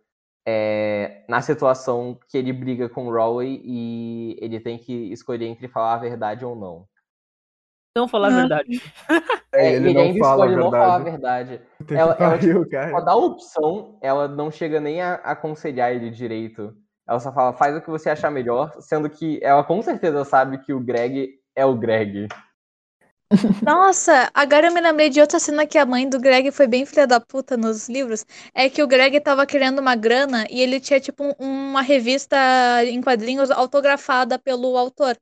Speaker 3: é na situação que ele briga com o Rowley e ele tem que escolher entre falar a verdade ou não.
Speaker 2: Não falar a
Speaker 1: Não.
Speaker 2: verdade.
Speaker 4: É,
Speaker 3: É,
Speaker 4: ele, não
Speaker 3: ainda
Speaker 4: fala a
Speaker 3: escolhe não falar a
Speaker 4: verdade.
Speaker 3: verdade.
Speaker 4: Puta que
Speaker 3: Ela- ela,
Speaker 4: pariu,
Speaker 3: Ela
Speaker 4: cara.
Speaker 3: dá a opção, ela não chega nem a aconselhar ele direito. Ela só fala, faz o que você achar melhor, sendo que ela com certeza sabe que o Greg é o Greg.
Speaker 1: Nossa, agora eu me lembrei de outra cena que a mãe do Greg foi bem filha da puta nos livros. É que o Greg tava querendo uma grana e ele tinha, tipo, um- uma revista em quadrinhos autografada pelo autor.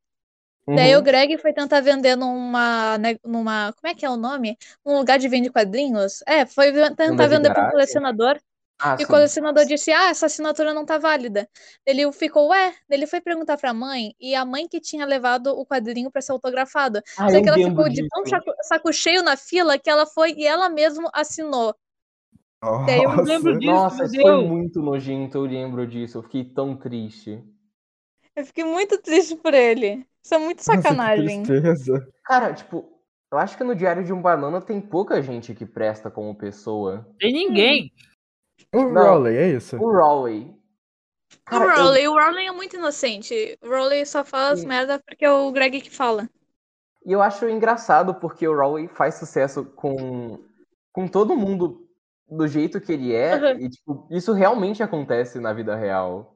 Speaker 1: Daí o
Speaker 3: Uhum.
Speaker 1: Greg foi tentar vender numa, né, numa. Como é que é o nome? Um lugar de vende quadrinhos? É, foi ve- tentar vender para um
Speaker 3: garagem?
Speaker 1: colecionador.
Speaker 3: Ah,
Speaker 1: E o
Speaker 3: sim.
Speaker 1: colecionador disse: Ah, essa assinatura não tá válida. Ele ficou, ué. Daí Ele foi perguntar pra mãe, e a mãe que tinha levado o quadrinho pra ser autografado.
Speaker 3: Ah,
Speaker 1: Só
Speaker 3: eu
Speaker 1: que ela
Speaker 3: lembro
Speaker 1: ficou de tão
Speaker 3: disso.
Speaker 1: saco, saco cheio na fila que ela foi e ela mesma assinou. Daí eu
Speaker 4: Nossa.
Speaker 2: lembro disso,
Speaker 3: Nossa,
Speaker 2: meu
Speaker 3: isso foi
Speaker 2: Deus.
Speaker 3: muito nojento, eu lembro disso. Eu fiquei tão triste.
Speaker 1: Eu fiquei muito triste por ele. Isso é muito
Speaker 4: Nossa, que
Speaker 1: sacanagem.
Speaker 4: tristeza.
Speaker 3: Cara, tipo, eu acho que no Diário de um Banana tem pouca gente que presta como pessoa.
Speaker 2: Tem ninguém.
Speaker 4: O
Speaker 3: Não.
Speaker 4: Rowley, é isso.
Speaker 3: O Rowley.
Speaker 1: o
Speaker 3: Cara, eu-
Speaker 1: Rowley, o Rowley é muito inocente. O Rowley só fala as
Speaker 3: Sim.
Speaker 1: merda porque é o Greg que fala.
Speaker 3: E eu acho engraçado porque o Rowley faz sucesso com, com todo mundo do jeito que ele é.
Speaker 1: Aham.
Speaker 3: E, tipo, isso realmente acontece na vida real.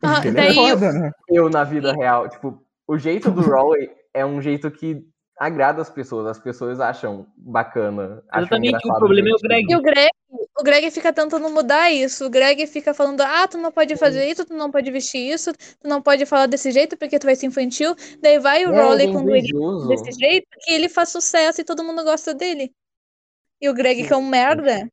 Speaker 1: Ah,
Speaker 4: Porque ele
Speaker 1: daí
Speaker 4: é foda, né?
Speaker 3: Eu na vida real, tipo, o jeito do Rowley é um jeito que agrada as pessoas. As pessoas acham bacana. acham
Speaker 2: Exatamente, o
Speaker 3: engraçado
Speaker 2: problema é o
Speaker 3: dele.
Speaker 2: Greg.
Speaker 1: E o Greg, o Greg fica tentando mudar isso. O Greg fica falando: ah, tu não pode fazer isso, tu não pode vestir isso, tu não pode falar desse jeito porque tu vai ser infantil. Daí vai o
Speaker 3: É,
Speaker 1: Rowley
Speaker 3: ele é
Speaker 1: com o Greg
Speaker 3: invejoso.
Speaker 1: desse jeito que ele faz sucesso e todo mundo gosta dele. E o Greg, que é um merda,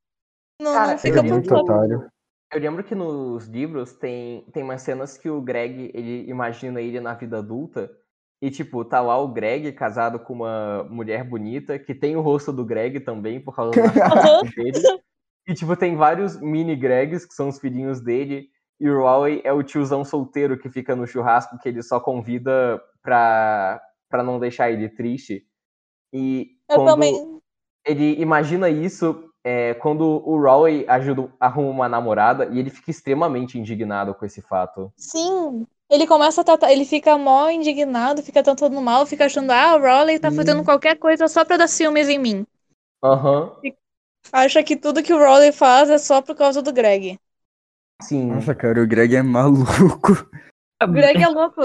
Speaker 1: não,
Speaker 3: Cara,
Speaker 1: não
Speaker 4: Ele
Speaker 1: fica
Speaker 4: é
Speaker 3: por
Speaker 4: muito
Speaker 3: favor.
Speaker 4: otário.
Speaker 3: Eu lembro que nos livros tem, tem umas cenas que o Greg, ele imagina ele na vida adulta. E, tipo, tá lá o Greg casado com uma mulher bonita, que tem o rosto do Greg também, por causa da
Speaker 1: Aham.
Speaker 3: dele. E, tipo, tem vários mini Gregs, que são os filhinhos dele. E o Rowley é o tiozão solteiro que fica no churrasco, que ele só convida pra, pra não deixar ele triste. E
Speaker 1: Eu
Speaker 3: quando
Speaker 1: também.
Speaker 3: ele imagina isso é, quando o Rowley ajuda, arruma uma namorada e ele fica extremamente indignado com esse fato.
Speaker 1: Sim. Ele começa a tratar, ele fica mó indignado, fica tentando mal, fica achando, ah, o Rowley tá fazendo qualquer coisa só pra dar ciúmes em mim.
Speaker 3: Aham.
Speaker 1: Acha que tudo que o Rowley faz é só por causa do Greg.
Speaker 3: Sim.
Speaker 4: Nossa, cara, o Greg é maluco.
Speaker 3: Hum.
Speaker 1: O Greg é louco.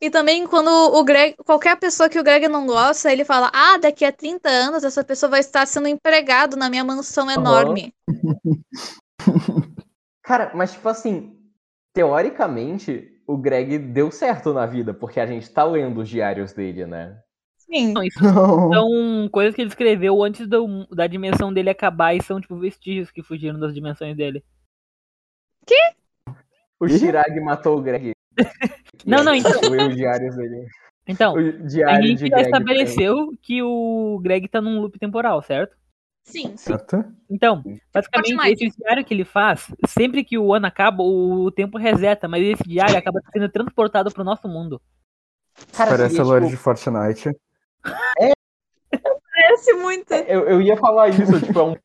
Speaker 1: E também quando o Greg, qualquer pessoa que o Greg não gosta, ele fala: "Ah, daqui a 30 anos essa pessoa vai estar sendo empregado na minha mansão enorme".
Speaker 3: Cara, mas tipo assim, teoricamente, o Greg deu certo na vida, porque a gente tá lendo os diários dele, né?
Speaker 1: Sim.
Speaker 2: Não, isso
Speaker 4: Não.
Speaker 2: são coisas que ele escreveu antes do- da dimensão dele acabar e são, tipo, vestígios que fugiram das dimensões dele.
Speaker 3: O
Speaker 4: Ih.
Speaker 3: Chirag matou o Greg.
Speaker 2: Não, não, então.
Speaker 3: então. Os diários dele.
Speaker 2: Então,
Speaker 3: O
Speaker 2: a
Speaker 3: diário
Speaker 2: gente
Speaker 3: de
Speaker 2: já
Speaker 3: Greg.
Speaker 2: estabeleceu que o Greg tá num loop temporal, certo?
Speaker 1: Sim.
Speaker 4: Certo?
Speaker 2: Então, basicamente,
Speaker 1: mais.
Speaker 2: esse diário que ele faz, sempre que o ano acaba, o tempo reseta, mas esse diário acaba sendo transportado pro nosso mundo.
Speaker 3: Cara,
Speaker 4: Parece
Speaker 3: seria,
Speaker 4: a Lore
Speaker 3: tipo,
Speaker 4: de Fortnite.
Speaker 1: Parece muito.
Speaker 3: Eu, eu ia falar isso, tipo, é um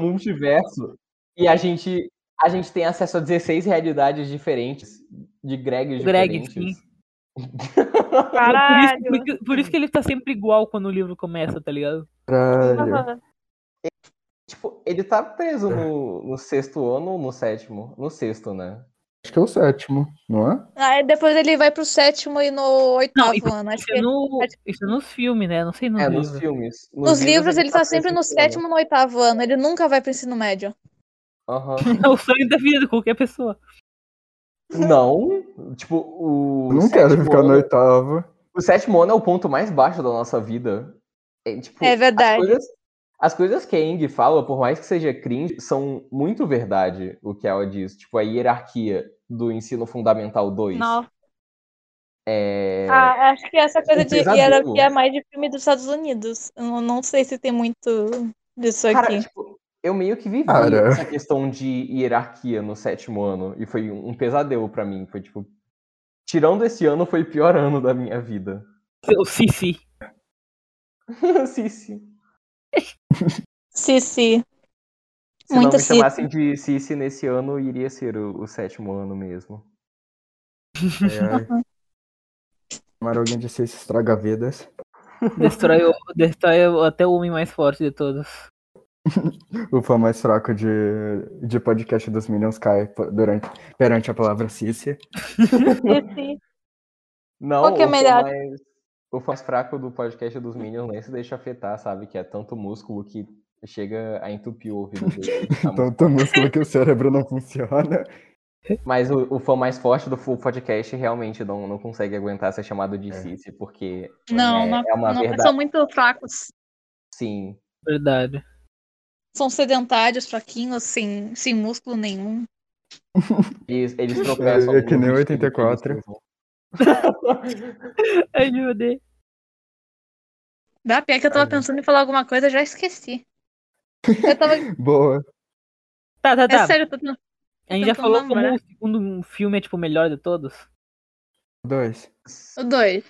Speaker 3: multiverso. E a gente, a gente tem acesso a 16 realidades diferentes, de Gregs
Speaker 2: Greg,
Speaker 3: diferentes.
Speaker 1: Caralho.
Speaker 2: Por, isso, por isso- por isso que ele tá sempre igual quando o livro começa, tá ligado?
Speaker 4: Caralho.
Speaker 3: Tipo, ele tá preso no, no sexto ano ou no sétimo? No sexto, né?
Speaker 4: Acho que é o sétimo, não é?
Speaker 1: Aí depois ele vai pro sétimo e no
Speaker 2: Não,
Speaker 1: oitavo
Speaker 2: isso,
Speaker 1: ano. Acho
Speaker 2: isso
Speaker 1: que
Speaker 2: é no, isso é nos filmes, né? Não sei nos
Speaker 3: É,
Speaker 2: livros.
Speaker 3: nos filmes. Nos
Speaker 1: nos livros ele tá
Speaker 3: preso
Speaker 1: sempre no
Speaker 3: sexto ano.
Speaker 1: sétimo e no oitavo ano. Ele nunca vai pro ensino médio.
Speaker 3: Aham.
Speaker 2: É o sonho da vida de qualquer pessoa.
Speaker 3: Não, tipo, o.
Speaker 4: não quero
Speaker 3: sétimo
Speaker 4: ficar no
Speaker 3: ano,
Speaker 4: oitavo.
Speaker 3: O sétimo ano é o ponto mais baixo da nossa vida. É, tipo,
Speaker 1: É
Speaker 3: As
Speaker 1: verdade.
Speaker 3: coisas, as coisas que a Ing fala, por mais que seja cringe, são muito verdade o que ela diz. Tipo, a hierarquia do ensino fundamental 2. É...
Speaker 1: Ah, acho que essa coisa
Speaker 3: Um
Speaker 1: de
Speaker 3: pesadelo.
Speaker 1: hierarquia é mais de filme dos Estados Unidos. Eu não- não sei se tem muito disso
Speaker 3: Cara,
Speaker 1: aqui.
Speaker 3: tipo, eu meio que vivi
Speaker 4: Cara.
Speaker 3: essa questão de hierarquia no sétimo ano. E foi um um pesadelo pra mim. Foi tipo. Tirando esse ano, foi o pior ano da minha vida.
Speaker 2: O Sissi.
Speaker 3: Cici.
Speaker 1: Sissi.
Speaker 3: Se
Speaker 1: Muito
Speaker 3: não me
Speaker 1: Cici.
Speaker 3: chamassem de Cici nesse ano, iria ser o, o sétimo ano mesmo.
Speaker 4: Ai, ai. É. Tomara alguém de seis estraga-vidas.
Speaker 2: Destrói, o- destrói o- até o homem mais forte de todos.
Speaker 4: O fã mais fraco de, de podcast dos Minions cai p- durante, perante a palavra Cícia.
Speaker 1: Sissi.
Speaker 3: É, Não,
Speaker 1: Qual que é
Speaker 3: o fã
Speaker 1: melhor?
Speaker 3: mais- o fã mais fraco do podcast dos Minions nem se deixa afetar, sabe? Que é tanto músculo que chega a entupir o ouvido dele. Tá muito-
Speaker 4: Tanto músculo Então, que o cérebro não funciona.
Speaker 3: Mas o, o fã mais forte do full podcast realmente não, não consegue aguentar ser chamado de
Speaker 4: É.
Speaker 3: Cici, porque
Speaker 1: Não,
Speaker 3: é,
Speaker 1: não,
Speaker 3: é uma
Speaker 1: não,
Speaker 3: verdade.
Speaker 1: são muito fracos.
Speaker 3: Sim.
Speaker 2: Verdade.
Speaker 1: São sedentários, fraquinhos, sem, sem músculo nenhum.
Speaker 3: Eles, eles tropeçam.
Speaker 4: É que
Speaker 3: no
Speaker 4: nem
Speaker 3: vestido que eles
Speaker 4: 84.
Speaker 3: usam.
Speaker 2: Ai, meu Deus.
Speaker 1: Da pior que eu tava
Speaker 4: Ai,
Speaker 1: pensando em falar alguma coisa, já esqueci. Eu tava.
Speaker 4: Boa.
Speaker 2: Tá, tá,
Speaker 1: É
Speaker 2: tá.
Speaker 1: sério, eu tô tentando-
Speaker 2: a gente já
Speaker 1: tentando
Speaker 2: falou como
Speaker 1: lembrar.
Speaker 2: o segundo filme é, tipo, o melhor de todos.
Speaker 4: Dois.
Speaker 1: O dois.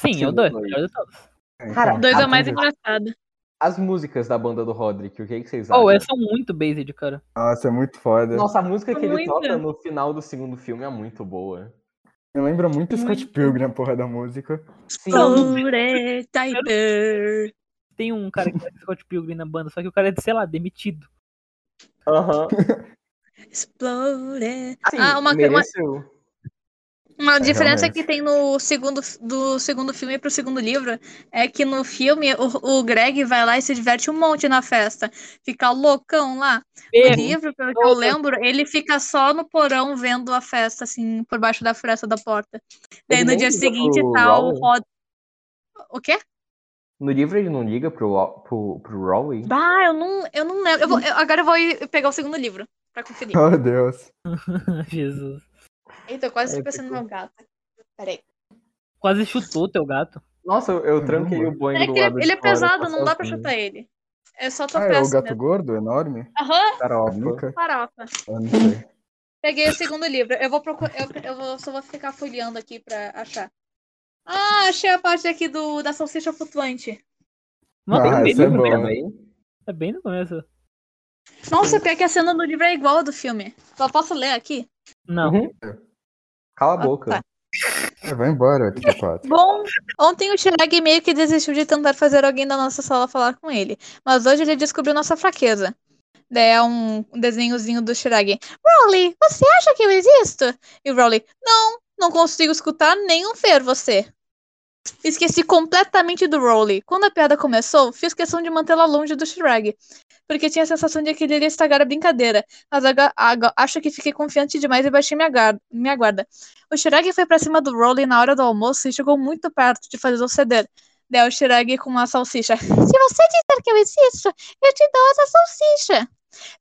Speaker 2: Sim, é o
Speaker 3: Sim,
Speaker 2: dois,
Speaker 3: o
Speaker 2: o
Speaker 3: dois.
Speaker 2: melhor de todos.
Speaker 4: É,
Speaker 3: Cara,
Speaker 1: O dois é o mais
Speaker 4: então-
Speaker 1: engraçado.
Speaker 3: As músicas da banda do Roderick, o que, que vocês acham?
Speaker 2: Oh, elas são muito basic, cara.
Speaker 4: Nossa, é muito foda.
Speaker 3: Nossa, a música que ele
Speaker 1: Muito.
Speaker 3: toca no final do segundo filme é muito boa.
Speaker 4: Me lembra muito Scott
Speaker 1: Muito.
Speaker 4: Pilgrim, a porra da música.
Speaker 3: Sim.
Speaker 1: Sobre Tiger.
Speaker 2: Tem um cara que faz Scott Pilgrim na banda, só que o cara é, sei lá, demitido.
Speaker 3: Aham.
Speaker 1: Explode.
Speaker 3: Sim,
Speaker 1: Ah, uma, uma,
Speaker 3: mereceu.
Speaker 1: Uma diferença
Speaker 4: realmente.
Speaker 1: que tem no segundo, do segundo filme pro segundo livro é que no filme o, o Greg vai lá e se diverte um monte na festa. Fica loucão lá. No
Speaker 2: Meu,
Speaker 1: livro, pelo que eu
Speaker 2: Nossa.
Speaker 1: lembro, ele fica só no porão vendo a festa, assim, por baixo da fresta da porta. Daí
Speaker 3: Ele
Speaker 1: no
Speaker 3: nem
Speaker 1: dia
Speaker 3: liga
Speaker 1: seguinte
Speaker 3: pro
Speaker 1: tá o
Speaker 3: Rowling?
Speaker 1: Rod... O quê?
Speaker 3: No livro ele não liga pro, Wa- pro, pro Rowling?
Speaker 1: Bah, Ah, eu não, eu não lembro. Eu vou- eu- agora eu vou ir pegar o segundo livro pra conferir.
Speaker 4: Meu Deus.
Speaker 2: Jesus.
Speaker 1: Eita, eu quase
Speaker 3: É,
Speaker 1: tropeçando
Speaker 3: ficou.
Speaker 1: meu gato. Peraí.
Speaker 2: Quase chutou teu gato.
Speaker 3: Nossa, eu, eu tranquei
Speaker 4: Caramba.
Speaker 3: o banho
Speaker 1: É
Speaker 3: do
Speaker 1: que
Speaker 3: lado
Speaker 1: ele,
Speaker 3: de
Speaker 1: ele é
Speaker 3: fora,
Speaker 1: pesado,
Speaker 3: passou
Speaker 1: não dá pra
Speaker 3: assim.
Speaker 1: chutar ele. É só
Speaker 4: Ah, é o
Speaker 1: tropeço
Speaker 4: gato
Speaker 1: mesmo.
Speaker 4: gordo, enorme?
Speaker 1: Aham,
Speaker 3: Farofa.
Speaker 4: Nunca?
Speaker 1: farofa.
Speaker 4: Eu não sei.
Speaker 1: Peguei o segundo livro. Eu vou procurar. Eu, eu vou- só vou ficar folheando aqui pra achar. Ah, achei a parte aqui do, da salsicha flutuante.
Speaker 2: Não,
Speaker 4: Ah,
Speaker 2: bem,
Speaker 4: isso é
Speaker 2: no
Speaker 4: bom.
Speaker 2: começo.
Speaker 3: Também.
Speaker 2: É bem no começo.
Speaker 1: Nossa, pior que a cena do livro é igual a do filme. Só posso ler aqui?
Speaker 2: Não.
Speaker 3: Uhum. Cala a
Speaker 1: Ah,
Speaker 3: boca.
Speaker 1: tá.
Speaker 4: Ah, vai embora, psicopata.
Speaker 1: Bom, ontem o Shirag meio que desistiu de tentar fazer alguém da nossa sala falar com ele, mas hoje ele descobriu nossa fraqueza. Daí É um desenhozinho do Shirag. Rowley, você acha que eu existo? E o Rowley, não, não consigo escutar nem ver você. Esqueci completamente do Rowley. Quando a piada começou, fiz questão de mantê-la longe do Shirag, porque tinha a sensação de que ele iria estragar a brincadeira, mas aga- aga- acho que fiquei confiante demais e baixei minha, gar- minha guarda. O Shiragi foi pra cima do Rowley na hora do almoço e chegou muito perto de fazer o ceder. Daí o Shiragi com uma salsicha. Se você disser que eu existo, eu te dou essa salsicha.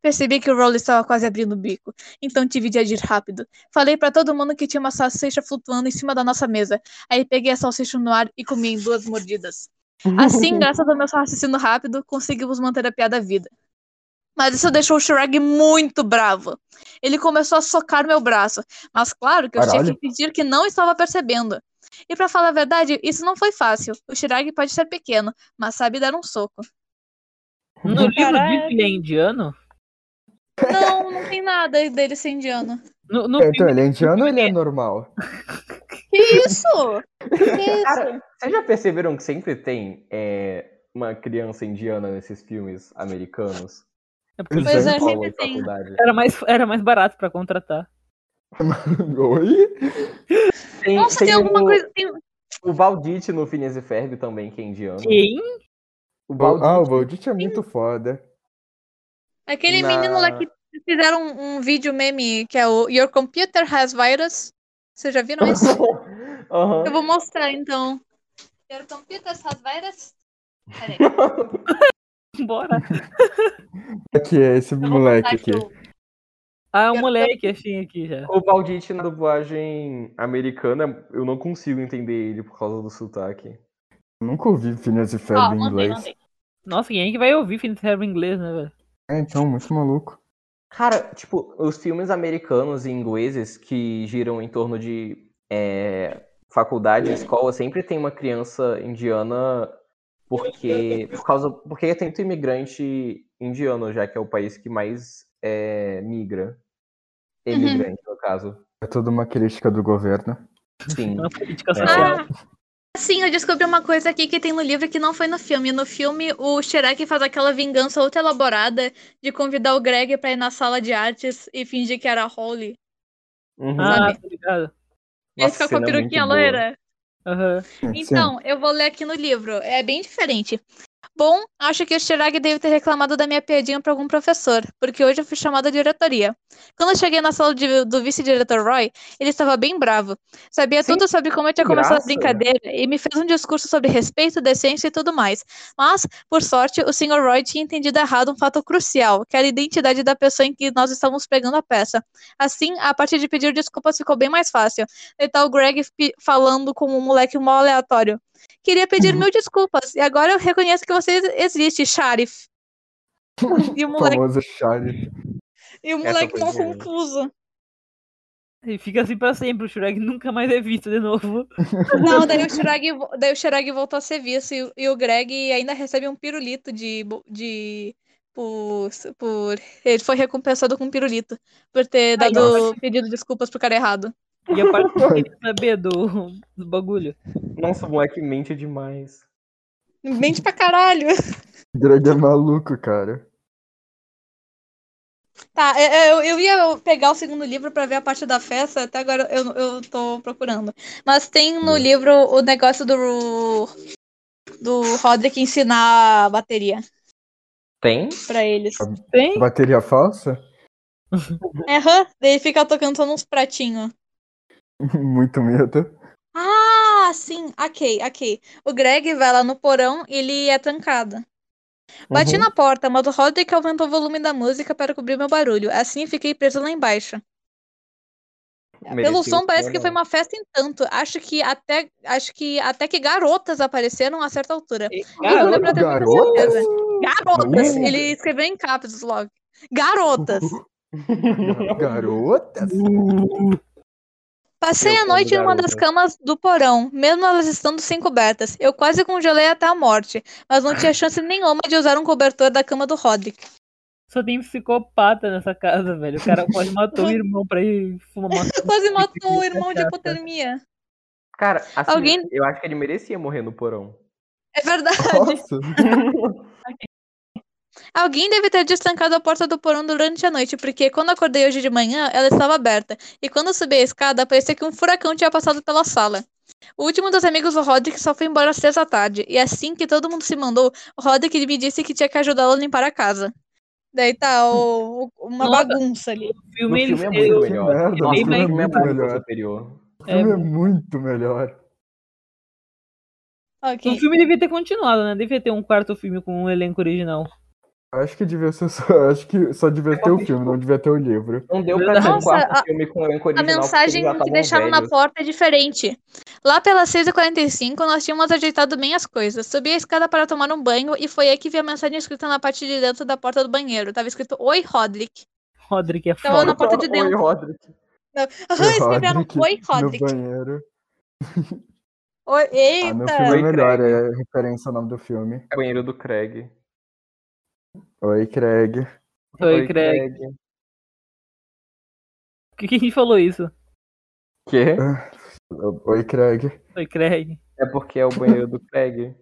Speaker 1: Percebi que o Rowley estava quase abrindo o bico, então tive de agir rápido. Falei pra todo mundo que tinha uma salsicha flutuando em cima da nossa mesa. Aí peguei a salsicha no ar e comi em duas mordidas. Assim, graças ao meu raciocínio rápido, conseguimos manter a piada viva. Mas isso deixou o Shirag muito bravo. Ele começou a socar meu braço, mas claro que eu tinha
Speaker 4: Caralho.
Speaker 1: que pedir que não estava percebendo. E pra falar a verdade, isso não foi fácil. O Shirag pode ser pequeno, mas sabe dar um soco.
Speaker 2: No livro diz
Speaker 1: Caralho.
Speaker 2: que ele é indiano.
Speaker 1: Não, não tem nada dele ser indiano.
Speaker 2: No, no
Speaker 4: Então,
Speaker 2: filme,
Speaker 4: ele é indiano ou ele é normal?
Speaker 1: Que isso? Que
Speaker 3: Cara, vocês já perceberam que sempre tem é, uma criança indiana nesses filmes americanos?
Speaker 2: é porque
Speaker 1: Pois é,
Speaker 3: Rolam
Speaker 1: sempre
Speaker 3: em
Speaker 1: tem.
Speaker 3: faculdade.
Speaker 2: era, mais, era mais barato pra contratar.
Speaker 4: Oi?
Speaker 1: isso? Nossa, tem, alguma
Speaker 3: o,
Speaker 1: coisa. Tem...
Speaker 3: O Valdite no Phineas e Ferb também, que é indiano.
Speaker 2: Quem?
Speaker 3: O
Speaker 4: Ah, o
Speaker 3: Valdite.
Speaker 4: Valdite é muito foda.
Speaker 1: Aquele
Speaker 3: Na-
Speaker 1: menino lá que fizeram um, um vídeo meme que é o Your Computer Has Virus. Vocês já viram isso?
Speaker 3: Aham.
Speaker 1: Eu vou mostrar então. Your Computer Has Virus? Peraí.
Speaker 2: Bora.
Speaker 4: Aqui é esse
Speaker 1: Eu vou botar
Speaker 4: moleque aqui.
Speaker 1: o-
Speaker 2: Ah, o moleque, achei aqui já.
Speaker 3: O Valdite na dublagem americana, eu não consigo entender ele por causa do sotaque.
Speaker 4: Nunca ouvi Phineas e
Speaker 3: tá
Speaker 1: Ó,
Speaker 4: Ferb em
Speaker 1: mandei,
Speaker 4: inglês.
Speaker 1: mandei.
Speaker 2: Nossa, quem é que vai ouvir Finish Hair em inglês, né, velho?
Speaker 4: É, então, muito maluco.
Speaker 3: Cara, tipo, os filmes americanos e ingleses que giram em torno de é, faculdade, escola, sempre tem uma criança indiana porque por causa porque tem muito imigrante indiano, já que é o país que mais é, migra. Imigrante, no caso.
Speaker 4: É toda uma crítica do governo.
Speaker 3: Sim.
Speaker 2: É uma política
Speaker 3: É.
Speaker 2: social.
Speaker 1: Ah. Sim, eu descobri uma coisa aqui que tem no livro que não foi no filme. No filme, o Shrek faz aquela vingança outra elaborada de convidar o Greg pra ir na sala de artes e fingir que era a Holly.
Speaker 3: Uhum.
Speaker 2: Ah, tá ligado.
Speaker 1: Ele
Speaker 3: Nossa,
Speaker 1: fica com a
Speaker 3: cena é muito
Speaker 1: peruquinha
Speaker 3: boa.
Speaker 1: loira.
Speaker 2: Aham.
Speaker 4: É,
Speaker 1: Então, eu vou ler aqui no livro. É bem diferente. Bom, acho que o Chirag deve ter reclamado da minha piadinha para algum professor, porque hoje eu fui chamada à diretoria. Quando eu cheguei na sala de- do vice-diretor Roy, ele estava bem bravo. Sabia
Speaker 3: Sim,
Speaker 1: tudo sobre como eu tinha
Speaker 3: que
Speaker 1: começado a
Speaker 3: graça. né?
Speaker 1: brincadeira e me fez um discurso sobre respeito, decência e tudo mais. Mas, por sorte, o Sr. Roy tinha entendido errado um fato crucial, que era a identidade da pessoa em que nós estávamos pregando a peça. Assim, a parte de pedir desculpas ficou bem mais fácil. E tá o Greg fi- falando com um moleque mó aleatório. Queria
Speaker 3: Uhum.
Speaker 1: pedir mil desculpas, e agora eu reconheço que você existe, Sharif. E o
Speaker 4: O
Speaker 1: moleque,
Speaker 4: famoso Charlie.
Speaker 1: e o
Speaker 3: Essa
Speaker 1: moleque
Speaker 3: foi
Speaker 1: mó
Speaker 3: boa.
Speaker 1: confuso.
Speaker 2: E fica assim pra sempre, o Shrek nunca mais é visto de novo.
Speaker 1: Não, daí o Shirag, vo- daí o Shirag voltou a ser visto, e, o- e o Greg ainda recebe um pirulito de. bo- de por, por- ele foi recompensado com um pirulito por ter
Speaker 2: Ai,
Speaker 1: dado
Speaker 2: nossa.
Speaker 1: pedido desculpas pro cara errado.
Speaker 2: E a parte que ele saber do, do bagulho.
Speaker 3: Nossa, o moleque mente demais.
Speaker 1: Mente pra caralho.
Speaker 4: Greg é maluco, cara.
Speaker 1: Tá, é, é, eu, eu ia pegar o segundo livro pra ver a parte da festa, até agora eu, eu tô procurando. Mas tem no livro o negócio do, do Roderick ensinar a bateria
Speaker 3: Tem?
Speaker 1: pra eles.
Speaker 2: Tem?
Speaker 4: Bateria falsa?
Speaker 1: Aham, daí fica tocando só nos pratinhos.
Speaker 4: Muito medo.
Speaker 1: Ah, sim, ok, ok. O Greg vai lá no porão e ele é trancado. Bati na porta, mas o Roderick aumentou o volume da música para cobrir meu barulho. Assim fiquei preso lá embaixo. Pelo som parece que foi uma festa em tanto. Acho que até acho que até que garotas apareceram a certa altura.
Speaker 2: Cara,
Speaker 1: Não deu pra ter muita
Speaker 4: Garotas?
Speaker 1: certeza. Garotas.
Speaker 4: Hum.
Speaker 1: Ele escreveu em caps logo. Garotas.
Speaker 4: Garotas?
Speaker 1: Passei
Speaker 3: Eu
Speaker 1: a
Speaker 3: como
Speaker 1: noite em uma das
Speaker 3: garotas.
Speaker 1: camas do porão, mesmo elas estando sem cobertas. Eu quase congelei até a morte, mas não tinha chance nenhuma de usar um cobertor da cama do Roderick.
Speaker 2: Só tem psicopata nessa casa, velho. O cara quase matou o irmão pra ir fumar uma
Speaker 1: Quase matou o irmão de hipotermia.
Speaker 3: Cara, assim,
Speaker 1: Alguém-
Speaker 3: eu acho que ele merecia morrer no porão.
Speaker 1: É verdade.
Speaker 4: Nossa.
Speaker 1: Alguém deve ter destrancado a porta do porão durante a noite, porque quando acordei hoje de manhã, ela estava aberta, e quando eu subi a escada, parecia que um furacão tinha passado pela sala. O último dos amigos do Roderick só foi embora às seis da tarde, e assim que todo mundo se mandou, o Roderick me disse que tinha que ajudá-lo a limpar a casa. Daí tá o- o- uma
Speaker 2: Nossa.
Speaker 1: bagunça ali.
Speaker 2: O
Speaker 3: O
Speaker 2: filme, ele-
Speaker 3: filme é
Speaker 2: ele-
Speaker 3: muito melhor.
Speaker 4: merda,
Speaker 3: Nossa, o
Speaker 2: bem
Speaker 3: filme é
Speaker 4: mais-
Speaker 3: muito
Speaker 4: melhor.
Speaker 3: superior.
Speaker 4: O
Speaker 2: É,
Speaker 4: filme é muito melhor.
Speaker 2: o
Speaker 1: Ok.
Speaker 2: filme devia ter continuado, né? Devia ter um quarto filme com um elenco original.
Speaker 4: Eu Acho que devia ser só. Acho que só devia ter o filme, não devia ter o livro.
Speaker 3: Não deu pra ter um
Speaker 1: Nossa,
Speaker 3: quarto
Speaker 1: a-
Speaker 3: filme com o
Speaker 1: A
Speaker 3: elenco original. porque
Speaker 1: mensagem
Speaker 3: eles já
Speaker 1: que
Speaker 3: estavam
Speaker 1: deixaram na
Speaker 3: velhos.
Speaker 1: porta é diferente. Lá pelas 6h45, nós tínhamos ajeitado bem as coisas. Subi a escada para tomar um banho e foi aí que vi a mensagem escrita na parte de dentro da porta do banheiro. Tava escrito Oi, Roderick.
Speaker 2: Roderick é
Speaker 1: Tava
Speaker 2: foda.
Speaker 1: na porta de
Speaker 3: Oi,
Speaker 1: dentro.
Speaker 3: Roderick.
Speaker 1: Aham, escreveram
Speaker 4: Roderick
Speaker 1: é Oi,
Speaker 4: No
Speaker 1: Roderick.
Speaker 4: banheiro.
Speaker 1: Oi,
Speaker 4: Ah, meu
Speaker 1: eita.
Speaker 4: filme é
Speaker 3: Oi,
Speaker 4: melhor, é referência ao nome do filme.
Speaker 3: Banheiro do Craig.
Speaker 4: Oi, Craig.
Speaker 2: Oi, Craig. Por que, que a gente falou isso?
Speaker 3: Quê?
Speaker 4: Oi, Craig.
Speaker 2: Oi, Craig.
Speaker 3: É porque é o banheiro do Craig.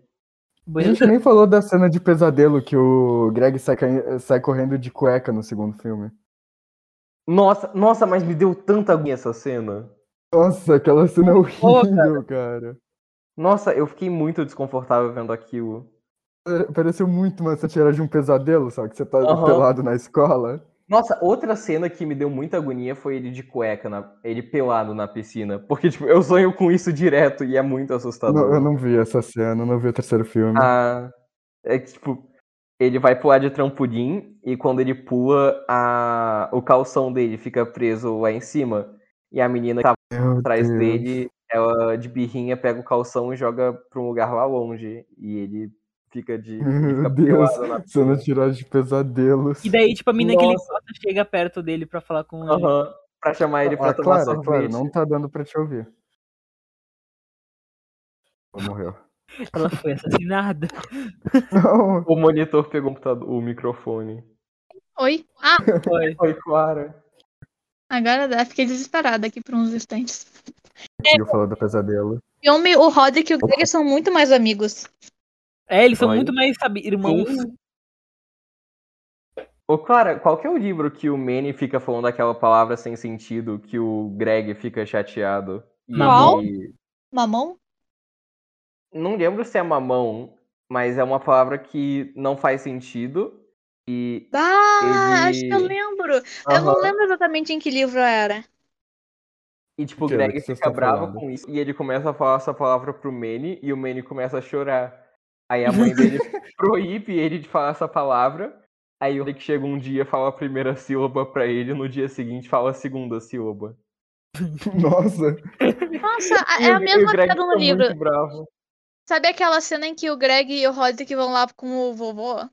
Speaker 4: A
Speaker 2: Banheiro
Speaker 4: gente nem falou da cena de pesadelo que o Greg sai, cai- sai correndo de cueca no segundo filme.
Speaker 3: Nossa, nossa, mas me deu tanta agonia essa cena.
Speaker 4: Nossa, aquela cena é
Speaker 2: Ô,
Speaker 4: horrível, cara.
Speaker 3: Nossa, eu fiquei muito desconfortável vendo aquilo.
Speaker 4: Pare- Pareceu muito uma sátira de um pesadelo, só que você tá
Speaker 3: Aham.
Speaker 4: pelado na escola.
Speaker 3: Nossa, outra cena que me deu muita agonia foi ele de cueca, na- ele pelado na piscina. Porque, tipo, eu sonho com isso direto e é muito assustador.
Speaker 4: Não- eu não vi essa cena, não vi o terceiro filme.
Speaker 3: Ah, é que, tipo, ele vai pular de trampolim e quando ele pula, a... o calção dele fica preso lá em cima. E a menina que tava
Speaker 4: Meu
Speaker 3: atrás
Speaker 4: Deus.
Speaker 3: dele, ela de birrinha pega o calção e joga pra um lugar lá longe. E ele fica de. ele
Speaker 4: Meu
Speaker 3: fica
Speaker 4: Deus,
Speaker 3: pelado na
Speaker 4: cena
Speaker 3: piscina.
Speaker 4: tirada de pesadelos.
Speaker 2: E daí, tipo, a mina que ele
Speaker 3: Nossa.
Speaker 2: gosta chega perto dele pra falar com ele.
Speaker 3: Aham, Pra chamar ele pra
Speaker 4: ah,
Speaker 3: tomar
Speaker 4: claro,
Speaker 3: sorvete.
Speaker 4: claro, não tá dando pra te ouvir. Ela Morreu.
Speaker 2: Ela foi assassinada.
Speaker 4: Não,
Speaker 3: O monitor pegou o, computador- o microfone.
Speaker 1: Oi. Ah,
Speaker 2: Foi.
Speaker 3: Oi, Clara.
Speaker 1: agora dá. Fiquei desesperada aqui por uns instantes.
Speaker 4: conseguiu falar do pesadelo.
Speaker 1: Filme, o Roderick e o Greg são muito mais amigos.
Speaker 2: É, eles são
Speaker 3: Oi.
Speaker 2: muito mais, sabe, irmãos.
Speaker 3: Ô, Clara, qual que é o livro que o Manny fica falando aquela palavra sem sentido que o Greg fica chateado? E
Speaker 1: Qual?
Speaker 3: ele-
Speaker 1: Mamão?
Speaker 3: Não lembro se é mamão, mas é uma palavra que não faz sentido. E.
Speaker 1: Ah, acho que eu
Speaker 3: Ele-
Speaker 1: lembro. Eu não
Speaker 3: Aham.
Speaker 1: lembro exatamente em que livro era.
Speaker 3: E, tipo, o
Speaker 4: Entendo o
Speaker 3: Greg
Speaker 4: que vocês
Speaker 3: fica
Speaker 4: estão
Speaker 3: bravo
Speaker 4: falando.
Speaker 3: com isso. E ele começa a falar essa palavra pro Manny. E o Manny começa a chorar. Aí a mãe dele proíbe ele de falar essa palavra. Aí o Rick chega um dia, fala a primeira sílaba pra ele. No dia seguinte, fala a segunda sílaba.
Speaker 4: Nossa,
Speaker 1: Nossa, a-
Speaker 3: E
Speaker 1: é a
Speaker 3: o- e o
Speaker 1: mesma que
Speaker 3: Greg
Speaker 1: tá no
Speaker 3: fica
Speaker 1: livro.
Speaker 3: Muito bravo.
Speaker 1: Sabe aquela cena em que o Greg e o Roderick vão lá com o vovô? e